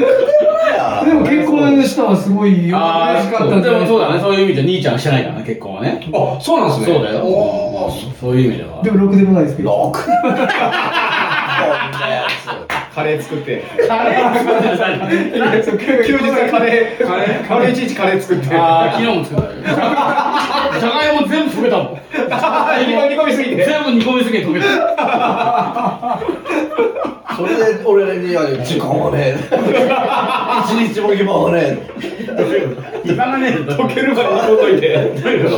C: でも結婚したのはすごいよ
D: あ
C: 嬉しかった
D: あ、
C: んじ
D: で
C: ゃないです
D: もそう
C: か
D: だね。そういう意味じゃ兄ちゃんはしてないからね、結婚はね。
B: あ、そうなんですね。
D: そうだよ。
B: おー
D: うんそういう意味では。
C: でもろくでもないですけ ど
A: 六年前だ
B: カレー作って。
D: カレー作ってさ
C: 休
B: 休日はカレー、カレー、カレーいちいちカレー作って。
D: ああ、昨日も作ったよ。じゃがいも全部溶けたもん。
B: 煮込み煮込みすぎて。
D: 全部煮込みすぎて溶けた。
A: それで俺には時間はねえ一日も暇はね
D: 今がね、溶ける
B: カレー届いて。
A: えカレ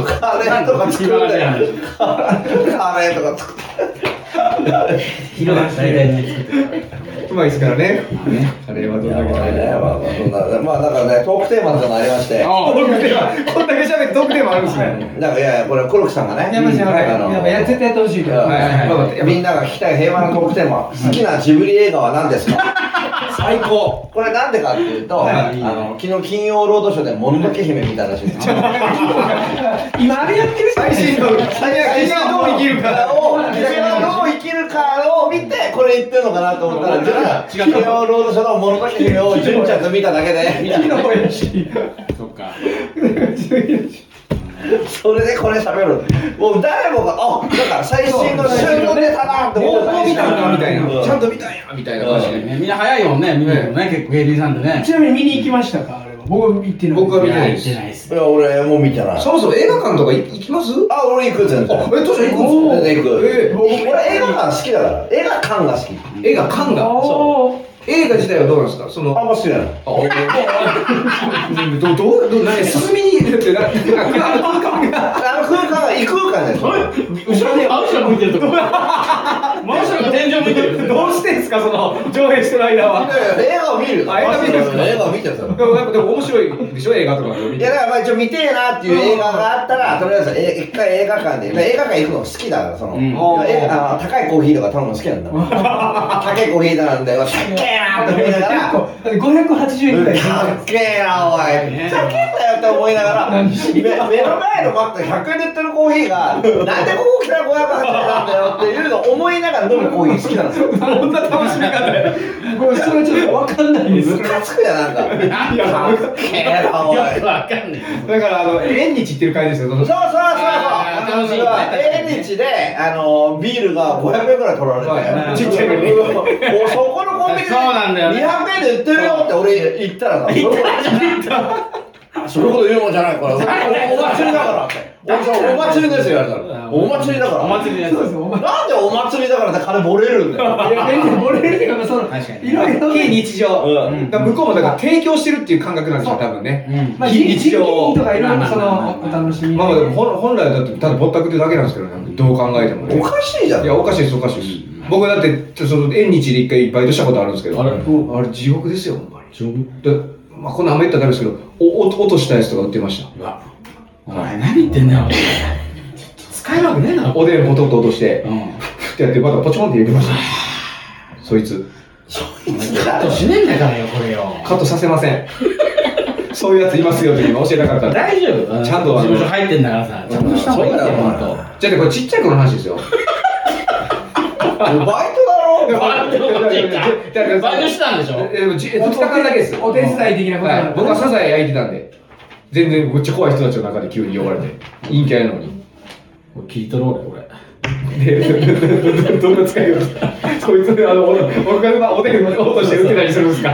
A: ーとか作るんだよカレーとか作って
D: 昼は大体ね、作ってるか
B: うまいですからね。
D: らね。
B: カレーはどん
A: いや
B: だけ
A: ま
B: 食
A: あ
B: べ
A: ね
B: ても。
A: まあまあそんなまあだからねトークテーマとかもありまして
D: あ
B: トークテーマ、こんだけ喋ってトークテーマあるんですね。
A: なんかいやいやこれ黒木さんがね
C: やましやま
A: はい
C: し
A: あの
C: やっぱや絶対やってほしいけど
A: はい
B: はいはい
A: まあみんなが聞きたい平和なトークテーマ、好きなジブリ映画は何ですか
B: 最高。
A: これなんでかっていうと、
D: はい
A: あの昨日金曜ロードショーで「もののけ姫」見たらしいんですよ
C: 今あれやってるじゃ
B: 最新の、最悪、今どう生きるか。
A: を自分がどう生きるかを見てこれ言ってるのかなと思ったら純が
D: 違う
A: 金曜ロードショーの「もののけ姫」を純ちゃんと見ただけで
C: ん 昨日やし
D: そっか。
A: それでこれ喋るもう誰もがあだから最新の旬の出たなって
B: も
A: 思
B: う、
A: った
B: もう見たんだみたい
A: うん
B: な。ちゃんと見たんやみたいな。
A: うん
B: 確かに。
D: ねみんな早いもんね、見るのね、結構芸人さんってね。
C: ちなみに見に行きましたかあれは僕は行ってない
B: 僕は見てないで
D: や行っ
B: す
D: て。ないです。
A: いや俺もう見てない
B: そもそも映画館とか行きます
A: あ俺行く全
B: あ、
A: 然
B: え、トシ行く
A: そ
B: ん
A: れ
B: で
A: です行
B: か
A: く
B: え
A: 僕俺映画館好きだから映画館が好き
B: え映画館が。
C: おー
B: 映画自体はどうなんですかその、
A: あんま好きじゃない
B: あ俺ど、どう、どう、何、進みに、だって、な、なんか、空間が。
A: あの空間が異空間ですよ
D: 後ろに真後ろ向いてるとこ。真後ろが天井向いてる。
B: どうしてんすか、その、上映してる間は。
A: 映画を見る
B: あ映画見るんですか
A: 映画を見てるんですよ
B: でも、なんか、でも、面白いでしょ、映画とか。
A: いやだからまあ一応見てえなっていう映画があったらとりあえずえ一回映画館で映画館行くの好きだからその、
D: うん
A: えあの高いコーヒーとか頼むの好き なんだ高いコーヒー頼んでうわ高えなって思いながらう
C: 結構580円ぐら
A: ん
C: い
A: 高えなおい高えなよって思いながら
C: 何
A: め目の前のバッグ100円で売ってるコーヒーがなんでここ来たら580円なんだよっていうのを思いながら飲むコ ーヒー好きなんですよ
B: こんな楽しみ方や。
C: これそれはちょっとわかんないです
A: ムカつくやなんか高
D: なんかよ
A: えなおい
D: くわかんない。
B: だから、あの、縁日行ってる感じですよ、そ
A: そう
B: の
A: そうそうそう。
D: あー楽しいね
A: 永遠にビーチで、あの、ビールが500円ぐらい取られて、
B: はい
A: ちっちゃいのに。もうそこのコンビニで
D: そうなんだよね
A: 200円で売ってるよって俺言ったらな。言ったじゃないそういうこと言うもんじゃないから。お祭りだからって。お祭りですよ、言われたらお祭りだから。
D: お祭りのやつ
C: そうですよお前
A: なんでお祭りだからって金漏れるんだよ。
C: いや全然漏れるけどその
B: 確かに。
C: いろいろ
B: 非日常。
A: うん
B: だから向こうもだから提供してるっていう感覚なんですよ、多分ね。
D: うん
C: まあ
B: 非日
C: 日
B: 常
C: 常とかいろいろそ
D: まあまあ
C: の
D: まあ
C: お楽しみ
B: まあまあでも本本来だってただぼったくってだけなんですけどね、どう考えてもね
A: お。かしいじゃん。
B: いや、おかしいです、おかしいです。僕だって、その、縁日で一回バイトしたことあるんですけど、
D: あれ
B: うんあれ地獄ですよ、ほんまに。だまあ、この雨ったらダメですけど、お、お落としたやつとか売ってました。
D: うわお前何言ってんだよ使えるわけねえだろ
B: おでんポトッと落として、
D: うん
B: ふってやって、またポチポンって入れてました。そいつ、
D: カットしねえんだからよこれよ
B: カットさせませ ん。そういうやついますよっていうの教えなかったら。
D: 大丈夫
B: ちゃんとあ
D: 事
B: の
D: 務所入ってんだからさちゃんとした方がいいよ
A: そうだよ
D: ほん
A: お
D: と
B: じゃあね、これちっちゃい子の話ですよ。
A: バイトだろ
D: バイトしてたんでしょ
B: え、でもじ、2日間だけです。
C: お手伝い的なこと
B: はい、僕はサザエ焼いてたんで、全然めっちゃ怖い人たちの中で急に呼ばれて、陰キャやのに。
D: 聞いとろう俺
B: で、どんな使い方こいつ、あの、お僕が今おでん落として打ってたりするんですか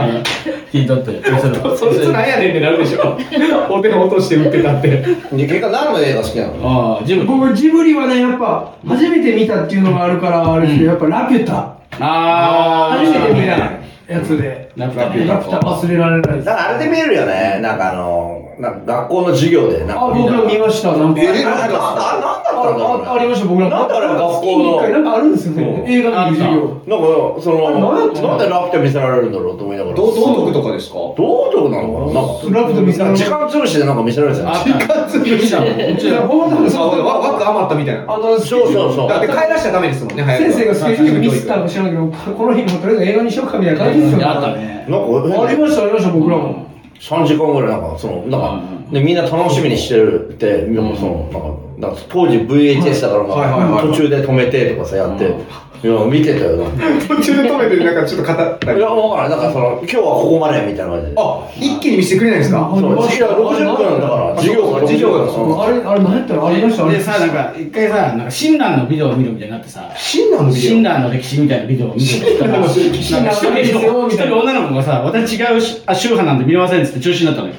D: 聞いと って
B: そいつなんやねんってなるでしょ。おでん落として打ってたって。
A: で結果何の映画好きなの
D: ああジム
C: 僕ジブリはねやっぱ初めて見たっていうのがあるからあれですけどやっぱラピュタ
D: ああ
C: 初めて見たやつで
D: ラピュタ
B: ね
C: ラピュタ忘れられないです
A: だからあれで見えるよね。なんかあの、なんか学校の授業で。なん
C: あ
A: か
C: 僕も見ましたなんか
A: え、なんだったんだろう
C: ああありました僕ら
A: なんであれ学校の
C: 月に一回なんかあるんですよね
A: うん
C: 映画の授業
A: なんか、その、なんでラピュタ見せられるんだろうと思いながら。
B: 道道徳とかですか
A: 道徳なのかななんか、
C: ラピュタ見せられ
A: 時
C: る
A: 間潰しでなんか見せられてた
D: あ
A: よ
D: っ。た見たのうちだ
C: 本当に
B: あ
C: そう
B: わ枠余ったみたいな。
C: あの
A: そうそうそう。
B: だって帰らしちゃダメですもんね、早く。
C: 先生がスケジュールミスったのか知らんけどこの日もとりあえず映画にしようかみたいな感じですよね
D: あったね
A: なんか、
C: ありましたありました僕らも
A: 3時間ぐらいなんか、その、なんか、で、みんな楽しみにしてるって、みんなその、なんか、なんか当時 VHS だから
B: はいはいはいは
A: ないんか、途中で止めてとかさ、やって、いや、見てたよな。い
B: 途中で止めて、なんかちょっと語ったり
A: や、。わからない。なんか、その、今日はここまでみたいな感じで。
B: あ、一気に見せてくれないんですか
C: あ
A: そう、授業60分だから、授業が、
B: 授業が
A: そう
C: あれあれ何やったらありましたあり
D: で
C: まし
D: さ
C: た
D: なんか一回さなんか親鸞のビデオを見るみたいになってさ
B: 親鸞のビデオ
D: 親鸞の歴史みたいなビデオを見てたらなんか一人の一人女の子がさ私違うしあ宗派なんで見れませんっつって中止になったのよ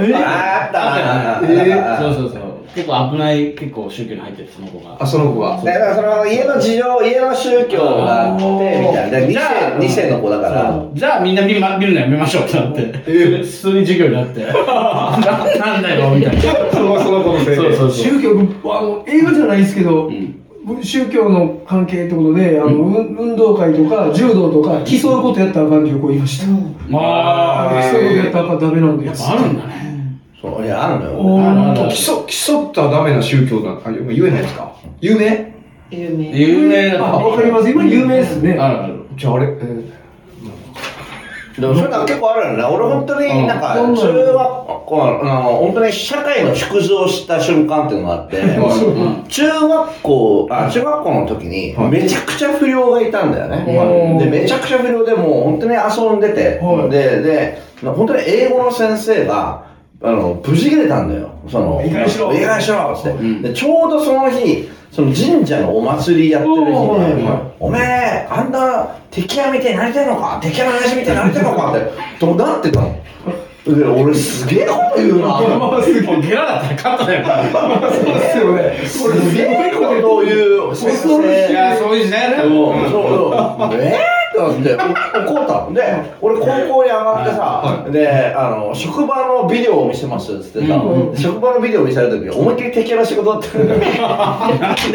C: え
A: あったな。
D: そうそうそう結構危ない結構宗教に入ってるその子が
B: あ、その子は。
A: だからその家の事情、家の宗教があってみたいな、2
D: じゃ
A: 世
D: あ
A: 二世の子だから、
D: じゃあみんな見,、ま、見るのやめましょうってなって、普通に授業になってななんだよみたいな
B: そのその子のせいで。
D: そうそうそう
C: 宗教あの映画じゃないですけど、
D: ん
C: 宗教の関係ってことであの、運運動会とか柔道とか競うことやったらあかんっていう子いました、
D: まあ
B: ー
C: 競うことやったらあかんダメなんで
D: やっ
C: す
D: ぱあるんだね
A: そういや、あるのよ。
C: おー
D: あるある
B: 基礎、基礎ったらダメな宗教なんか、あ言えないですか有名
E: 有名。
D: 有名だ
C: あわかります今有名ですね、
D: あるある
B: じゃああれ、えー
A: でもそういうのは結構あるよね。俺本当になんか、中学校の、あの本当に社会の縮図をした瞬間っていうのがあって、
D: うん
A: 中学校、あ、中学校の時に
B: はい、
A: めちゃくちゃ不良がいたんだよ
C: は
A: ね。で、
C: い
A: めちゃくちゃ不良でもう本当に遊んでて
C: はい、
A: で、で、本当に英語の先生が、あの、無事切れたんだよ。その、
C: 意外しろ
A: 意外しろって、
D: ん
A: で、ちょうどその日、その神社のお祭りやってる日で、
C: おーはいはい
A: おめえ、あんな敵屋みたいになりたいのか敵屋の親父みたいになりたいのかって、怒鳴ってたの。で、俺すげえこと言うなと思って。
D: もうゲラだったら勝ったよ
C: そうですよね
A: これすげえこと言う先生
D: いやそういう時代だ
A: そう
D: よ
A: そうえーってなって怒ったので俺高校に上がってさであの職場のビデオを見せますっつってさ職場のビデオを見せられた時に思いっきり敵の仕事だったんだよで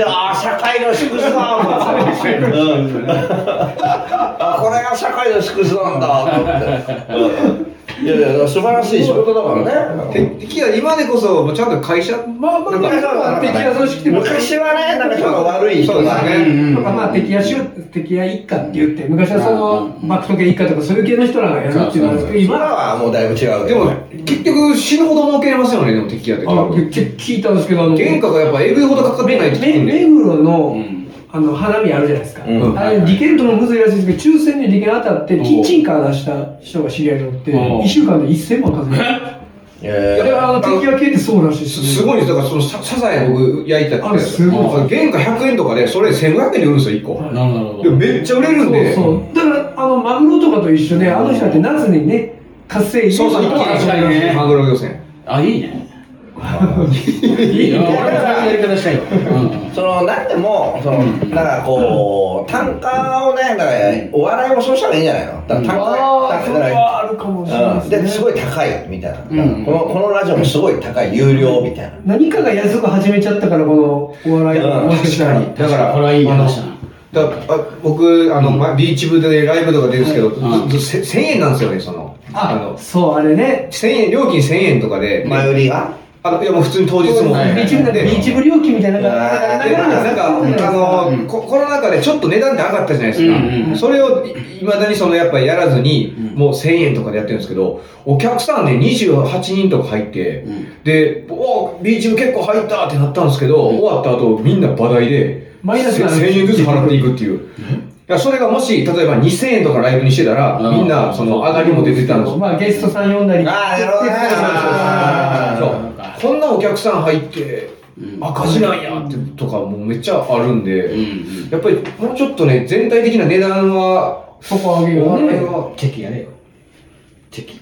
A: ああ社会の縮図だと思ってうんあこれが社会の縮図なんだと思ってうんいやいや素晴らしい仕事だからね
B: て敵は今でこそ、ちゃんと会社、
C: まあまあまあまあ敵屋組織でも
A: 昔はねなんかちょっと悪い人
B: そうで
A: が
B: す
A: ね
B: ね。
D: うん
C: とかまあ敵屋し敵屋一家って言って昔はその幕徳一家とかそういう系の人らがやるっていうのは
A: 今
C: 今
A: はもうだいぶ違うけど
B: でも、結局死ぬほど儲けれますよね、でも敵やって。
C: あ聞いたんですけどあの
B: 原価がやっぱえぐいほどかかって
C: め
B: ないって聞く
C: め
B: んで
C: 目黒の,、
D: ん
C: あの花見あるじゃないですか、
A: うん
C: あれ利権取るのむずいらしいですけど抽選で利権当たってキッチンカー出した人が知り合いにおって
D: おう
C: 1週間で1000万稼いだ
A: え
C: いや、あの、
B: あの
C: 敵が消えてそうらしい
B: すすごいんですよ。だから、そのササザエ僕焼いたって。
C: あれすごい
B: あの原価100円とかで、それ1500円で売るんですよ、1個。
C: はい
D: なる
B: で
D: ほど
B: も。めっちゃ売れるんで。
C: そうそう。だから、あの、マグロとかと一緒で、あの人だって夏にね、活性
B: そうそう、一気に
D: 確かにね
B: マグロ漁船。
D: あ、いいね。いいよ。俺はやり方したいよ。うん
A: その何でもその、
D: うん
A: なんかこう単価をねだからお笑いもそうしたらいいんじゃないのだから単価
C: ああ、そ
A: だか
C: れ
A: ら
C: はあるかもしれない
A: うん、ですす
C: ね。
A: ごい高いみたいな、
D: うん
A: このこのラジオもすごい高い有料みたいな、
C: 何かが安く始めちゃったから、このお笑いが
A: うん
C: もしかしたら。
B: 確かにだから
D: これはいい話だな。
B: だあ僕あの、まビーチ部でライブとか出るんですけど、
D: うん
B: ずず1000円なんですよねそのあ
C: あ
B: の、
C: そう、あれね。
B: 1000円料金1000円とかで、
A: 前売りが
B: あのいやもう普通に当日も、
D: はいはい
C: ビー
D: はい
C: チ部だ
B: で
C: ビーチ部料金みたいなのが。
A: あー
B: でまあなんか、あの
D: うん
B: こコロナ禍でちょっと値段って上がったじゃないですか、
D: うんうん
B: それをいいまだにそのやっぱやらずに、
D: うん
B: もう1000円とかでやってるんですけどお客さんね28人とか入って、
D: うん
B: でおビーチ部結構入ったってなったんですけど、
D: うん
B: 終わった後みんな話題で
C: マイナスが
B: 1000円ずつ払っていくっていう。だからそれがもし、例えば2000円とかライブにしてたら、
D: うん
B: みんな、その、上がりも出てたんですよ。
C: まあ、ゲストさん呼んだり。
A: あーなるほどねあ
B: そ
D: あ
B: う。こんなお客さん入って、
D: うん
B: 赤字なんやって、とかもうめっちゃあるん
D: う
B: で、
D: ん。
B: やっぱりもうちょっとね、全体的な値段は、
C: そこ上げ
B: お
C: よう
B: 笑い
C: ね。
B: は、
D: チェキやれよ。チェキ。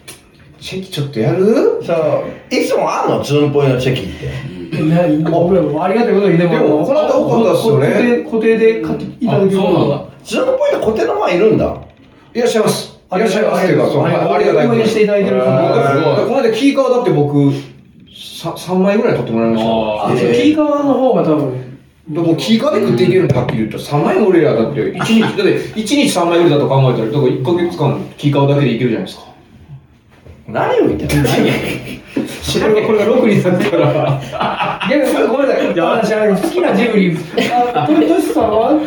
B: チェキちょっとやる
A: そういつもあんのツンポイのチェキって
C: 何僕らもありがたいことにで
B: でもこの間多かったっすよね
C: 固定固定で買っていただける
D: あそうなんだ
A: ツンポイのコテの前いるんだ
B: いらっしゃいます。い
C: あ
B: ら
C: り
B: っ
C: が
B: しゃ
C: た
B: い
C: い
B: ますっていうか、そのありがたいこ
C: 応
B: とに
C: 援していただいてる
B: だ
A: あ
B: か
A: ー
C: 方
A: すごい
B: らこの間キーカーだって僕、さ3枚ぐらい取ってもらいましたよ。
D: あ
C: あそうキーカワの方が多分
B: でもキーカーで食っていけるんだはっきり言ったら3枚も売れりゃだって1日だって一日3枚売れたと考えたらだから1か月間キーカーだけでいけるじゃないですか
A: 何を言ってるの
B: それがこれが6になったら
C: いやごめんなさい私あの好きなジブリあトトシさんは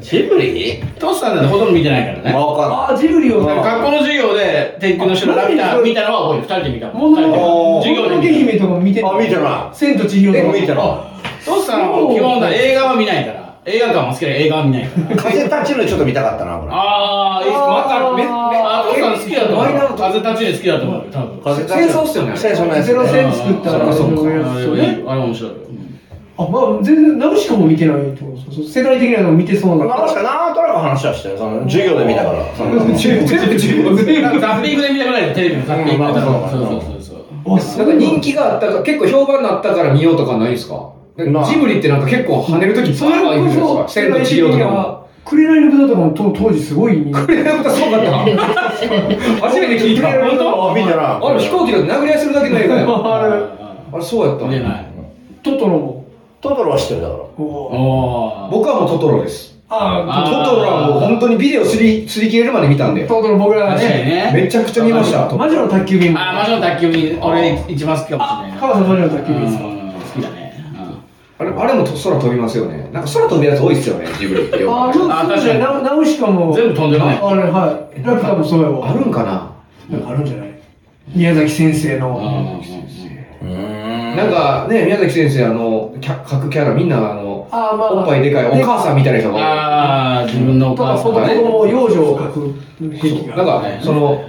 D: ジブリトスさんなんてほとんど見てないからね。
A: 分かんない
C: あジブリを
A: あ
D: 学校の授業で、天空の城ラピュタ見たのは覚えてる。二人で見た
C: もの
D: の。
C: のけ
D: 二人で授業で見
C: 姫とかも見てる
A: あ見てな
C: 千と千尋とか
A: え見てない
D: た。トスさんは基本だ映画は見ないから。映画館は好きだけど映画は見ないから。
A: 風立ちぬちょっと見たかったなこれ
D: あー、いいっすまた、め、め、あ、トスさん好きだと
B: マイナーの
D: 思う。風立ちで好きだと思うよ、多分。
A: 風立ち
B: 戦
A: ぬ
B: 争っすよねあれ
A: 戦争のやつ
C: ゼロ
A: ね
C: 戦作ったら
B: そうかそうか
C: や
D: あ
C: つよ
D: れはい
C: ね
D: いあれ面白いよ。
C: あまあ全然ナウシカも見てないってことそうそう世代的なの見てそうな
A: まあ確かなんとなく話はしてるその授業で見たからその
B: 全部自分で
D: なんかザッピングで見たくないよ、テレビのザッピングで。そうそうそうそう。
C: あ
B: なんか人気があったから結構評判になったから見ようとかないですか
A: まあ
B: ジブリってなんか結構跳ねるとき
C: それ
B: バーン言
C: こ
B: うじゃないで
C: そ
B: すか千と千尋とかも
C: 紅の豚とかも当当時すごい人気
B: これなんかすごかった 初めて聞いた
C: 本当
A: あ見てない
B: あれ飛行機だって殴り合いするだけの映画や ん
C: あれ
B: あれそうやった
D: 見れない。
C: トトロも
A: トトロは知ってるだから
C: おー
D: おー。
B: 僕はもうトトロです
C: あ
B: トトロはもう本当にビデオすりすり切れるまで見たんで
C: ー、トトロ僕らが
D: 確かに
C: ね
D: ね。
B: めちゃくちゃ見ました。
C: 魔女の宅急便も
D: あー、魔女の宅急便、俺一番好きかもしれない。
C: あ川瀬魔女の宅急便ですか
D: うん好きだね。
B: あれあれも空飛びますよね。なんか空飛ぶやつ多いっすよね、ジブリってよく
C: あーまあそうじゃ
D: あ確か
C: なナウシカ
D: う
C: も
D: ん全部飛んでるね。
C: あれはいラピュタもそうや
B: あ
C: わ
B: るんかな。
C: なんかあるんじゃない宮崎先生の
D: う
A: うーん
B: なんかね宮崎先生あのキャ各キャラみんなあの
C: あーまあ
B: おっぱいでかいお母さんみたいな人
D: ん
B: が
D: ああ、自分のお
C: と
D: 母
C: か
D: さ
C: 子
D: んがね。
C: 供を幼女を描く
B: 多い。
C: 兵
B: そ
C: 器
B: う
C: が
B: なんかその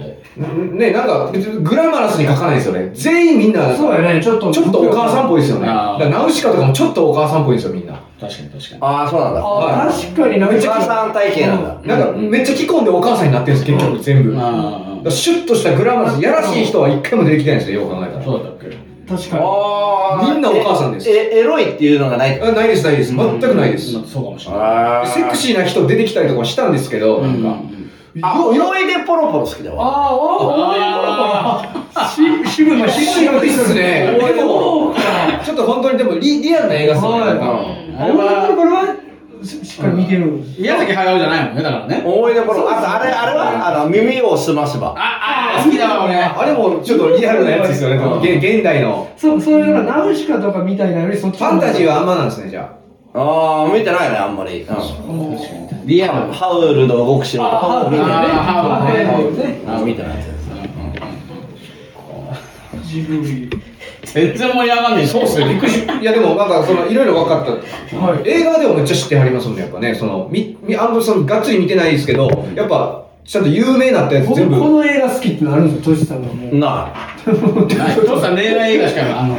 B: ねなんか別にグラマラスに書かないですよね。全員みんななんか
C: そうやねちょっと
B: ちょっとお母さんっぽいですよね。だ
D: あー
B: からナウシカとかもちょっとお母さんっぽいですよみんな。
D: 確かに確かに。
A: ああそうなんだ
C: あー確かにな
A: お母さん体型なんだ
B: なんかめっちゃ着込んでお母さんになってるんです結局全部。だか
D: あ
B: らシュッとしたグラマラスやらしい人は一回も出てきてないんですよよう考えた
D: あ、
B: ら。
D: そうだったっけ
C: 確かに
A: あ
B: みんなお母さんです
A: え、えエロいっていうのがない。
B: あないですないです全くないです、
D: うんそうかもしれない。
A: あ
B: セクシーな人出てきたりとかしたんですけど、
D: うん
B: なんか
A: あ、思い出ポロポロ好きだわ。
C: あーあーおーおーおーし渋野
B: 面白いっすね
C: おい
B: でもちょっと本当にでもリリアルな映画っすね、
C: はい
B: なんか
D: あれは、
C: これはししっかり見てる
D: 宮崎駿じゃないもんね、だからね。
A: 思い出ポロ。あと、あれ、あれは、あの、耳をすませば。
D: ああ、好きだわ、俺。
B: あれもちょっとリアルなやつですよね、
A: うん
B: げ現代の
C: そうそういうのナウシカとかみたいなよりそっち
B: ファンタジーはあん
C: ま
B: まなんですねじゃ
A: ああ、見てないね、あんまり。うん
D: リアル。
A: ハウルの動く城。
C: あー
A: 見てない
D: あー
A: ハ
D: ハ
A: ウ
D: ウ
A: ル
D: ル
A: ね
D: ね。
A: あー見てないやつです。
C: ジブリ
D: 全然盛り上がんねえ。そうっすよ、びっくり
B: あいやでもなんかそのいろいろ分かった、
C: はい
B: 映画でもめっちゃ知ってはりますもんねやっぱねそのみみあんまそのがっつり見てないですけどやっぱちょっと有名なったやつ
C: こ
B: 全部。
C: この映画好きってのあるんですよ、トシさんがもう。
A: なあ
D: はい父さん恋愛映画しか、あの、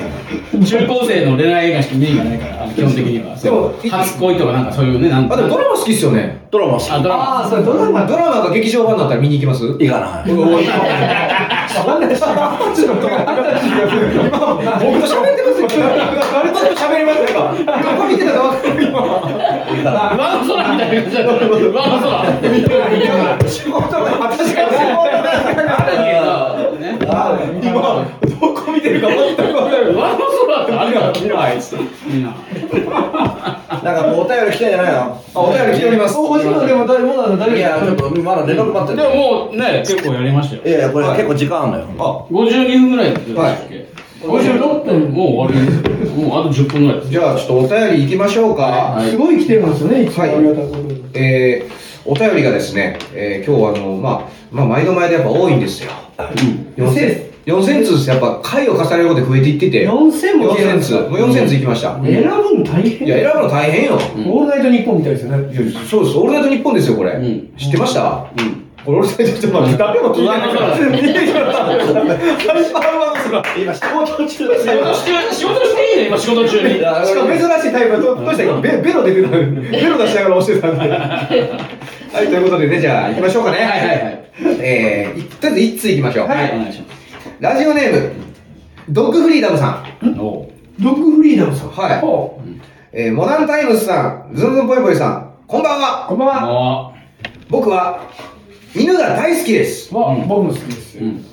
D: 中高生の恋愛映画しか見に行かないから、あの基本的には。
B: でも
D: そう初恋とかなんかそういうね、なん
B: あ、
D: か。
B: でもドラマ好きっすよね。
A: ドラマ好き
D: あ、ドラマ。
C: ああ、それドラマ
B: ドラマが劇場版だったら見に行きますう
A: いかない
B: おい今ちょっと僕と喋ってますよ。誰とでも喋れますよ。今ここ見てたか分かる今。
A: 行かない
D: ワン空みたいな感じだった。ワン空。見てない見てない
B: 仕事が私が
D: あるけどね
B: 今、どこ見てるか全く分からない。
D: ワン空ってあるから見ないし。みんな。
A: なんかもうお便り来てんじゃないの
B: あ、お便り来ております。
C: おおじのでも誰もなの誰
A: いやちょっ
C: が
A: とまだ連絡待って
D: で
A: る
D: ももうね、結構やりましたよ
A: い。やいやこれ結構時間あんのよ
B: あ、
D: 52分ぐらいだったっけ、
C: 56分
D: もう終わりですよもうあと10分ぐらいです
B: じゃあちょっとお便り行きましょうか。
D: はい
C: すごい来てますよね、いつも
B: はい
C: ありがたいことに。
B: えーお便りがですね、えー今日あの、まあ、まあ、毎度毎度やっぱ多いんですよ。4000 4000通ですやっぱ回を重ねることで増えていってて、
C: 4000も来てるん
B: 4000
C: です
B: 通、
C: か
B: もう4000通いきました。い
C: 選ぶの大変。
B: や、選ぶの大変よ。
D: ぶ
C: オールナイトニッポンみたいですよね。
B: いやそうです、オールナイトニッポンですよ、これ。
D: うん
B: 知ってました
D: うん
B: これ、オールナイトニッポン、誰も聞いてないから。
D: うん
A: 今仕事中ですよ
D: 仕事していいね今仕事中に
B: しかも珍しいタイプだどうしたらベベロ出てたのにベロ出しながら押してた んではいということでねじゃあ行きましょうかね
D: はいはいはい
B: えー、いとりあえず一通行きましょう、
D: はいお願いしま
B: ラジオネームドッグフリーダムさん
D: すおう
C: ドッグフリーダムさん。
B: はい
C: ほ
B: えー、モダンタイムスさんズンズンぽいぽいさんこんばんは
C: うこんばんは。
D: あ
B: 僕は犬が大好きです
C: わ
D: うん
C: 僕も好きです
D: ー
C: よ。
D: うん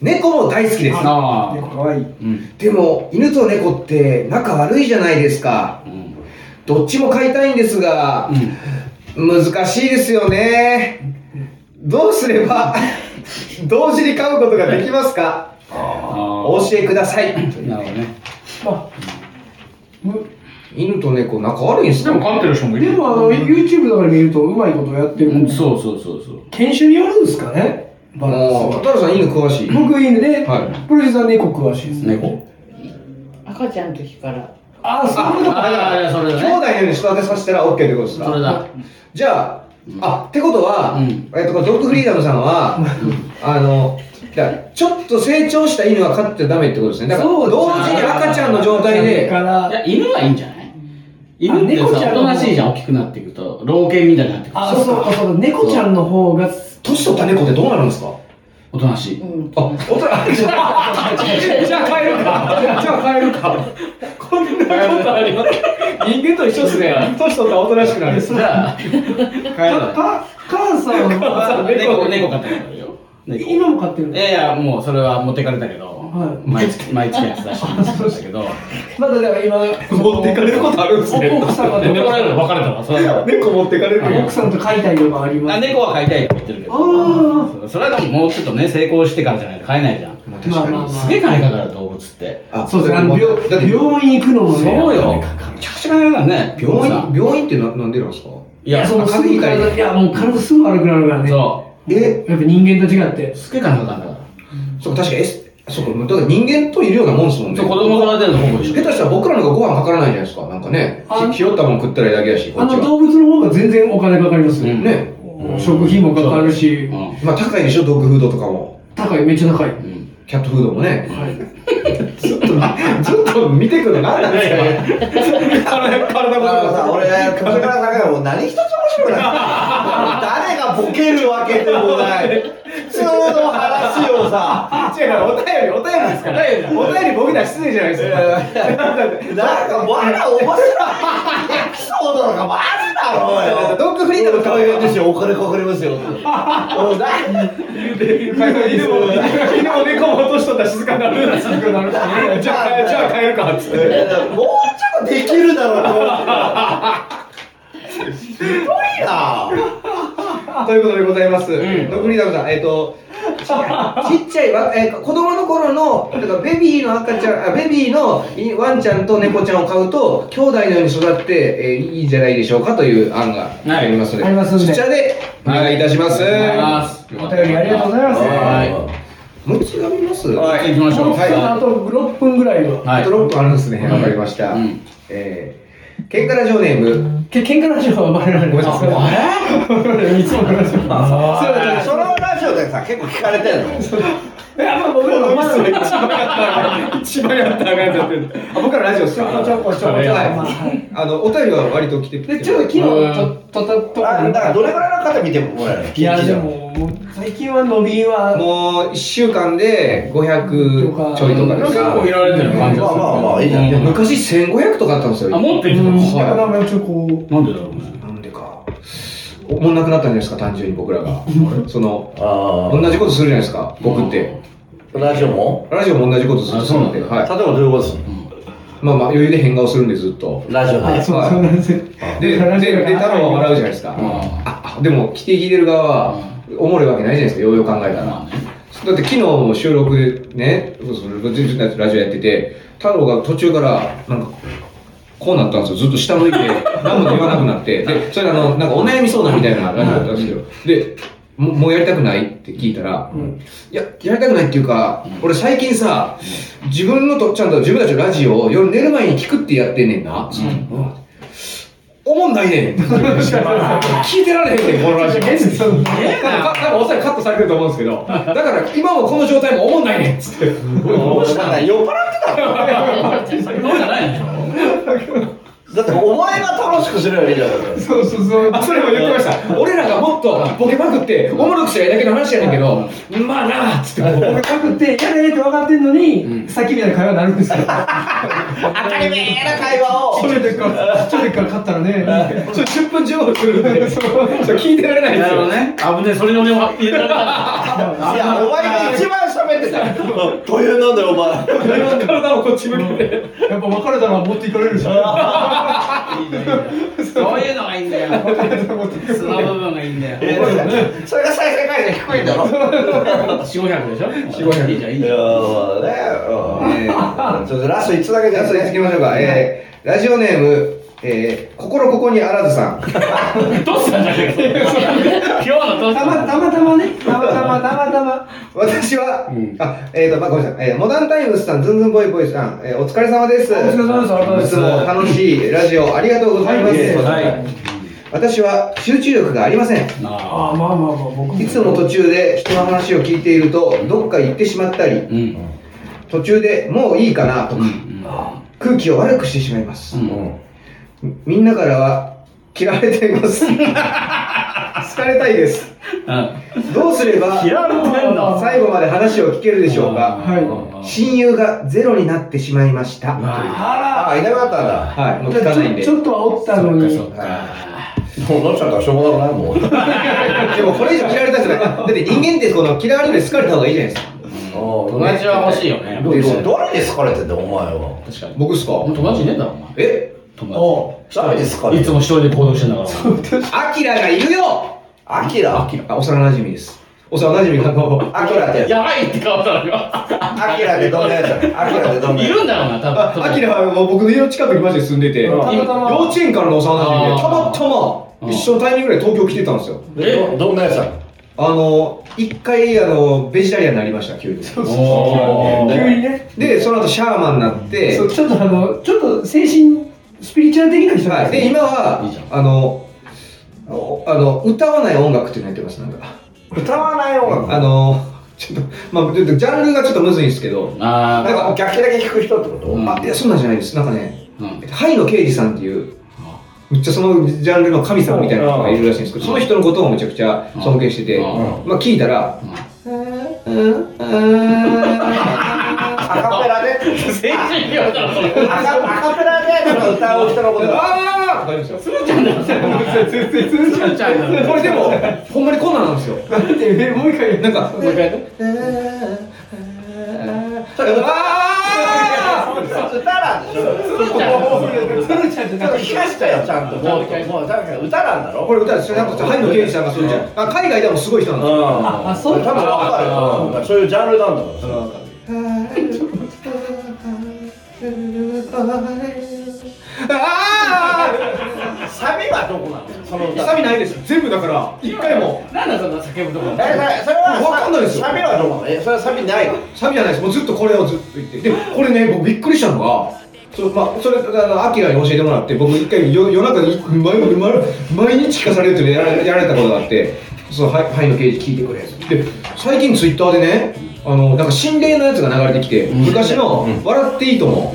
B: 猫も大好きです
D: あ
C: 猫
D: ー
C: 可愛い。
D: うん
B: でも犬と猫って仲悪いじゃないですか
D: うん
B: どっちも飼いたいんですが、
D: うん
B: 難しいですよねどうすれば同時に買うことができますか
D: あ
B: お教えください
D: ーなるほどね
C: あ、む
B: 犬と猫仲悪いんす
D: で
B: か
D: も飼ってる人もいる
C: でもあの YouTube とかで見るとうまいことやってる
D: う
C: もん
D: んそうそうそうそう
C: 研修によるんですかねバランス
B: もう
C: は
B: 渡辺さん犬詳しい
C: 僕犬で、
B: はい
C: プロデューサー猫詳しいですね
D: 猫
E: 赤ちゃんの時から。
C: ああそういうことか
D: ああそれだ
B: 兄
D: ね
B: 弟のように育てさせたら OK ってことです
D: それ
B: か
D: だ
B: じゃああってことは、
D: うん
B: えっとこのドッグフリーダムさんは、あのじゃあちょっと成長した犬は飼ってダメってことですねだから
C: そ
B: 同
C: うですね
B: 時に赤ちゃんの状態
C: だか
B: で
D: い
C: ら
D: や犬はいいんじゃない犬ってさ
C: 猫ちゃ
D: お
C: んの
D: となしいじゃん大きくなっていくと老犬みたいになってくる
C: あそうそうそう猫ちゃんの方が
B: 年取った猫ってどうなるんですか
D: おとなしい
E: うん。
B: あ、おとら、じゃあ、じゃあ帰るか。じゃあ帰るか。こんなことあります。人間と一緒ですね。年取ったらおとなしくなる。
D: じゃあ帰
C: か
D: る
C: か母さんは
D: 猫猫飼ってるよ
C: 今も飼ってる
D: い
C: の
D: やいやもうそれは持ってかれたけど、
C: はい
D: 毎月毎月やってたしそうしたけど
C: まだでは今
B: 持ってかれることあるんですね。
C: 奥さんは
D: 猫られるの別れたわそれは
B: 猫持ってかれる。
C: 奥さんと飼いたいのがあります
D: あ猫は飼いたいって言ってるけど
C: あ
D: それはでももうちょっとね成功してからじゃないと飼えないじゃん
B: 確かに。
D: すげえ金かかる動物って
B: あ
C: そうですねあの病
B: だって
C: 病院行くのもね
D: そうよめちゃくちゃ金かかるね
B: 病
D: さ
B: 院、病院ってな、なんでなんですか。
D: い
C: いや
D: や
C: そ
D: そ
C: のす
B: 風邪
C: ぐ
B: ひいたり
C: 体いやもう体すぐ悪くなるからね
D: そ
B: え、
C: やっぱ人間と違って
D: うすげえ金かかるんだから
B: そう、確かに、え、そうか、だから人間といるようなもんですもんね。
D: そう子供育てるのほぼ一緒
B: 下手したら僕らの方がご飯かからないじゃないですか。なんかね
C: あ、
B: ひ拾ったもん食ったらいいだけやし、こ
C: あ
B: っち
C: の
B: は。
C: 動物の方が全然お金かかります
D: うん
C: ね。
B: ね。
C: 食費もかかるし、
D: うん
B: まあ、高いでしょ、ドッグフードとかも。
C: 高い、めっちゃ高い。
D: うん
B: キャットフードもね。
C: はい。
B: ずっと、ずっと見てくるの何なんですかね。
A: だ
B: 体、体
A: からさ、俺、藤村さんがもう何一つ面白くない。誰がボケるわけでもない。普通の話をさ、
B: 違う、お便り、お便りですから。お便り僕ら失礼じゃないですか。
A: なんかまだ面白いエピソードとかもあるだろうよ。
B: ドッグフリーダム
A: 大変ですよ、お金かかり ますよ。おだ
B: 犬も犬も猫も落としとったら静かになるじゃあじゃあ帰るかっつって
A: もうちょっとできるだろうと思ってたひどいな。
B: ということでございます、
D: ん
B: ドッグフリーダムさんえっ、 とちっちゃいちっちゃいわ、えー子供の頃のだからベビーの赤ちゃんあベビーのいワンちゃんと猫ちゃんを飼うと兄弟のように育って、えーいいんじゃないでしょうかという案がありますので、
C: はいありますんで
B: そちらでお願いいたします、
D: お願いします
C: お便りありがとうございます。
D: は
B: もう一度見ます
A: はい
D: 行きましょう
B: はい
C: あと6分ぐらいは。
D: は
B: あ
D: い
B: と6分あるんですね。
D: うん
B: わかりました。
D: うん
B: えー、ケンカラジオネーム、
C: け喧嘩ラジオは我々
B: ごめんなさい
C: いつもの話
A: まあ、そう
B: あー
A: そのラジオでさ結構聞かれてんの
C: いやまあ僕らの話は
B: 一番やったら 一番やったらあかんちゃってるあ僕らラジオですか
C: ちょこちょこちょこ
B: はい
C: まあはい
B: あのお便りは割と来てきて
C: でちょっと昨日
D: うん
C: とととと
A: あだからどれぐらいの方見てもこれ
C: いやでももう最近は伸びは
B: もう1週間で500ちょいとかです
D: 結構いられてる感じがする。
A: まあまあまあいいじゃん
D: う
B: 昔1500とかあったんですよ
D: あ、もっとい
C: うん
D: る
C: だからなんかちょっとこ
D: なんでだろうね。
B: なんでかおもんなくなったんじゃないですか単純に僕らがその
A: あ
B: 同じことするじゃないですか僕って
A: あラジオも
B: ラジオも同じことずっとするんで、
D: あそ
A: 例
D: う
B: は
A: え
B: い、
A: ばどういうことする
B: まあまあ余裕で変顔するんでずっと
A: のラジオ
C: う
A: で
C: そうそうなんですよ
B: でで
C: だから
B: でで太郎は笑うじゃないですか
D: ん
B: ああでも来て聞いてる側はおもろいわけないじゃないですかようよう考えたらだ
D: まあね
B: って昨日も収録でねそうそうラジオやってて太郎が途中からなんかこうなったんですよずっと下向いて 何も言わなくなってでそれあのなんかお悩み相談みたいなラジオだったんですけどでももうやりたくないって聞いたら、いや、やりたくないっていうか、俺最近さ、自分のと、ちゃんと自分たちのラジオを夜寝る前に聞くってやってんねんな。うんおもんないねん。聞いてられへんねん、このラジオ。多分か多分おそらくカットされてると思うんですけど、だから今もこの状態もおもんないねんっつって。
A: どうしたら酔っ払ってたの
D: そうじゃないでしょ
A: だってお前が楽しくすればいいじゃん
C: そうそう そう
B: あ、それも言ってました。俺らがもっとボケまくって、おもろくしたいだけの話やねんけど、まあなあっつって。
C: 僕書くって嫌だねって分かってんのに、さっきみたいな会話になるんですよ
A: 当たり前な会話を
C: ちょいでからちょいでから勝ったらね
B: それ10分15分するんで、そう聞いてられないんですよ。
D: ね。危ねえ、それで俺も入れられた
A: いやお前が一番喋ってたというなんだよお前
B: 体をこっち向けて。
C: やっぱ別れたら持っていかれるしな
D: そういうのがいいんだよ。素の部分がいいんだよ。
A: それが再生回数低いんだろ
D: 四五百でしょ四
B: 500
D: いいじゃん、いい
A: い
D: じ
A: や
D: ゃん。
A: ーねうんちょっとラスト1つだけじ
B: じゃ
A: ゃ
B: あ、それ行きましょうか。えー、ラジオネーム、えー、心ここにあらずさん。
D: どうしたんじゃねえか。今日のどうした
C: たまたまたまねたまたまたまたま
B: 私は、
D: ん
B: あ、えーと、まあ、ごめんなさい。えー、モダンタイムスさん、ズンズンボイボイさん、えー、お疲れ様です。お
C: 疲れ様ですありがとうございます
B: つも楽しいラジオありがとうございます。
A: はい
B: 私は集中力がありません。
D: あ
C: ああまあまあまあ僕も
B: いつも途中で人の話を聞いていると、どっか行ってしまったり
D: あ。、うん。
B: 途中でもういいかなとか、
D: うん。
B: 空気を悪くしてしまいます。
D: うん。
B: みんなからは嫌われています。好かれたいです。どうすれば
D: 嫌われてんの
B: 最後まで話を聞けるでしょうか。
D: はい
B: 親友がゼロになってしまいました。は
A: ああいなくなったんだ
B: い、もう聞かないんで。
C: ちょちょっとは煽ったのに
D: そうか。
A: もうなっちゃったらしょうがなくないもん
B: でもこれ以上嫌われたくない。だって人間ってこの嫌われるより好かれた方がいいじゃないですか。
A: 友
D: 友達は欲しいよね。
B: どうです
A: 誰に好かれてんだよお前は
D: 確かに。
B: 僕っすか
D: 友達いねえだろ、お前。
B: え
D: 友
A: 誰に好かれ
D: 達。
A: て
D: い
A: ん
D: つ
A: の
D: も一人で行動してんだから。
B: アキラがいるよ
A: アキラ
B: あ、幼馴染です。幼馴染があの、
A: アキラって
D: やばいって顔だろ。
A: アキラってどんなやつや のアキラってどんないや
D: るんだろうな、多分。
B: アキラはもう僕の家の近くにマジで住んでて、
A: う
B: 幼
A: ん
B: 稚園からの幼馴染
D: あ
B: で、
D: ー
B: たまたま
D: うん
B: 一緒のタイミングで東京来てたんですよ。
A: つどどんなやつやの
B: あの、一回、あの、ベジタリアンになりました、急に。
D: おー
C: 急にね
B: で、その後シャーマンになって、
C: そうちょっとあのちょっと精神スピリチュアル的な人
B: は、
C: ない
B: で、今はい
D: いじゃ、ん
B: あの、おあの、歌わない音楽っていうのやってます、なんか。
A: 歌わない音楽
B: あの、ちょっと、まあ、ちょっとジャンルがちょっとむずいんですけど、
D: あ
A: なんか楽器だけ弾く人ってこと
D: うん
B: あ、いや、そんなんじゃないです。なんかね、
D: ーうん。
B: ハイの刑事さんっていう、めっちゃそのジャンルの神様みたいな人がいるらしいんですけど、その人のことをめちゃくちゃ尊敬してて、
D: うん
B: まあ聞いた
A: ア
B: ら、
A: カペラ で
D: 精神病だろ、それ。
A: アカアカペラでその歌う人のこと だ
B: あーわかりました。
D: すーちゃんだろ、それ。すーちゃんだろ。
B: これでも、ほんまにこんなんなんですよ。
C: んてえもう一回
B: なんか、
D: もう一回やって。
A: 歌な
B: あー
A: んでしょ
C: 鶴ちゃんじゃなくて
A: 聞かしたよちゃんともうもうだから歌なんだろ
B: これ歌ですよ。なんか、ハイの刑事さんがそうじゃん。あ海外でもすごい人なんですよ。
A: あ
C: あそう
A: 多分わかる
D: あ
A: うんそういうジャンルなんだから
B: あ
A: サビはどこなのその
B: あ
A: 歌
B: サビないです。全部だから、一回も。
D: なんだ、そんな叫ぶとこ。
A: えそれそれは
B: わかんないですよ
A: サビはどこなのえそれはサビないの
B: サビじゃないです。もうずっとこれをずっと言って。で、これね、僕びっくりしたのが、そうまあ、それあのアキラに教えてもらって僕一回よ夜中に毎毎毎日聞かされるっていうのやられやられたことがあってそのハイハイの刑事聞いてくれで最近ツイッターでねあのなんか心霊のやつが流れてきて、昔の「笑っていいとも」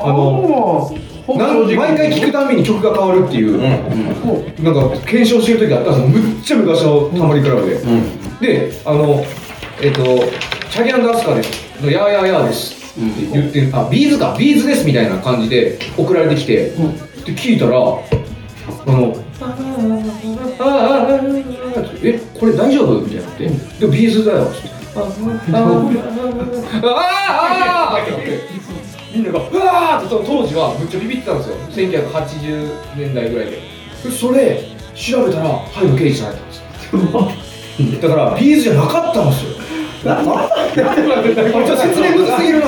B: あのなん毎回聞くたびに曲が変わるっていう、なんか検証してる時あったんですよむっちゃ昔のタモリクラブで、であのえっ、とチャギアンダースカですのやーやーやーですって言って、あビーズかビーズですみたいな感じで送られてきて、で聞いたらあのああああえこれ大丈夫みたいになって、でもビーズだよっつってあああああああみんながうわーってその当時はむっちゃビビってたんですよ1980年代ぐらいででそれ調べたらハイの刑事さんやったんですよだからビーズじゃなかったんですよちょっと説明むずすぎるな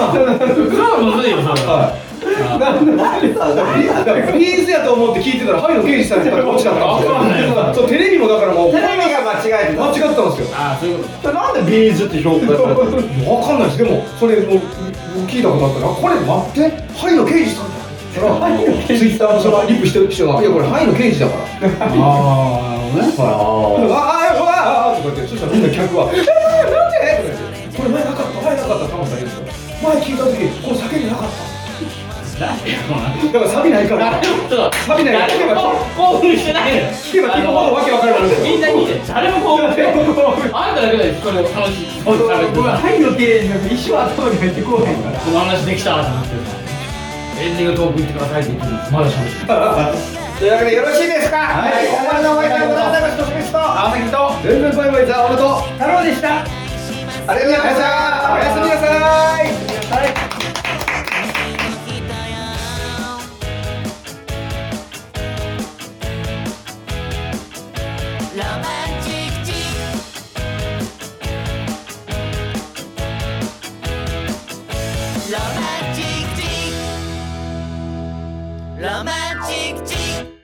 B: はいだからビーズやと思って聞いてたらハイの刑事さんやったからこっちだったんですよ
D: わかんないよ
B: そうテレビもだからもう
A: テレ
B: 間違
A: ビが間違えてた
B: ったんですよ
D: ああそういうこと
A: なんでビーズって評価されたの
B: わかんないですでもそれもう聞いたことあったらあこれ待ってハイの刑事さんだそれはツイッターのそのリップしてる人が「いやこれハイの刑事だから」
D: ああなるほどね
B: わあわあわあとか言ってそしたらみんな客は「えー、なんで?」とか言って「これ前なかった前なかった」タモさん言うんですよ前聞いた時これ叫んでなかっただからサビないからサビないから聞けば
E: 興奮してないのよ
B: 聞けば聞くほどわけわからない
E: みんなに誰も興奮してないあんただけだよこれ楽しいこ
C: 僕は入る系なんか一生頭に入ってこうへんから
E: の話できたと思ってエンディングトーク行ってくださいって言ってますまだしゃべって
A: というわけでよろしいですかはいここまでのお相手でございますとしみとあ
B: 朝日と全然バイバイザーオルト
C: 太郎でした
A: りがとうございましたおやすみなさい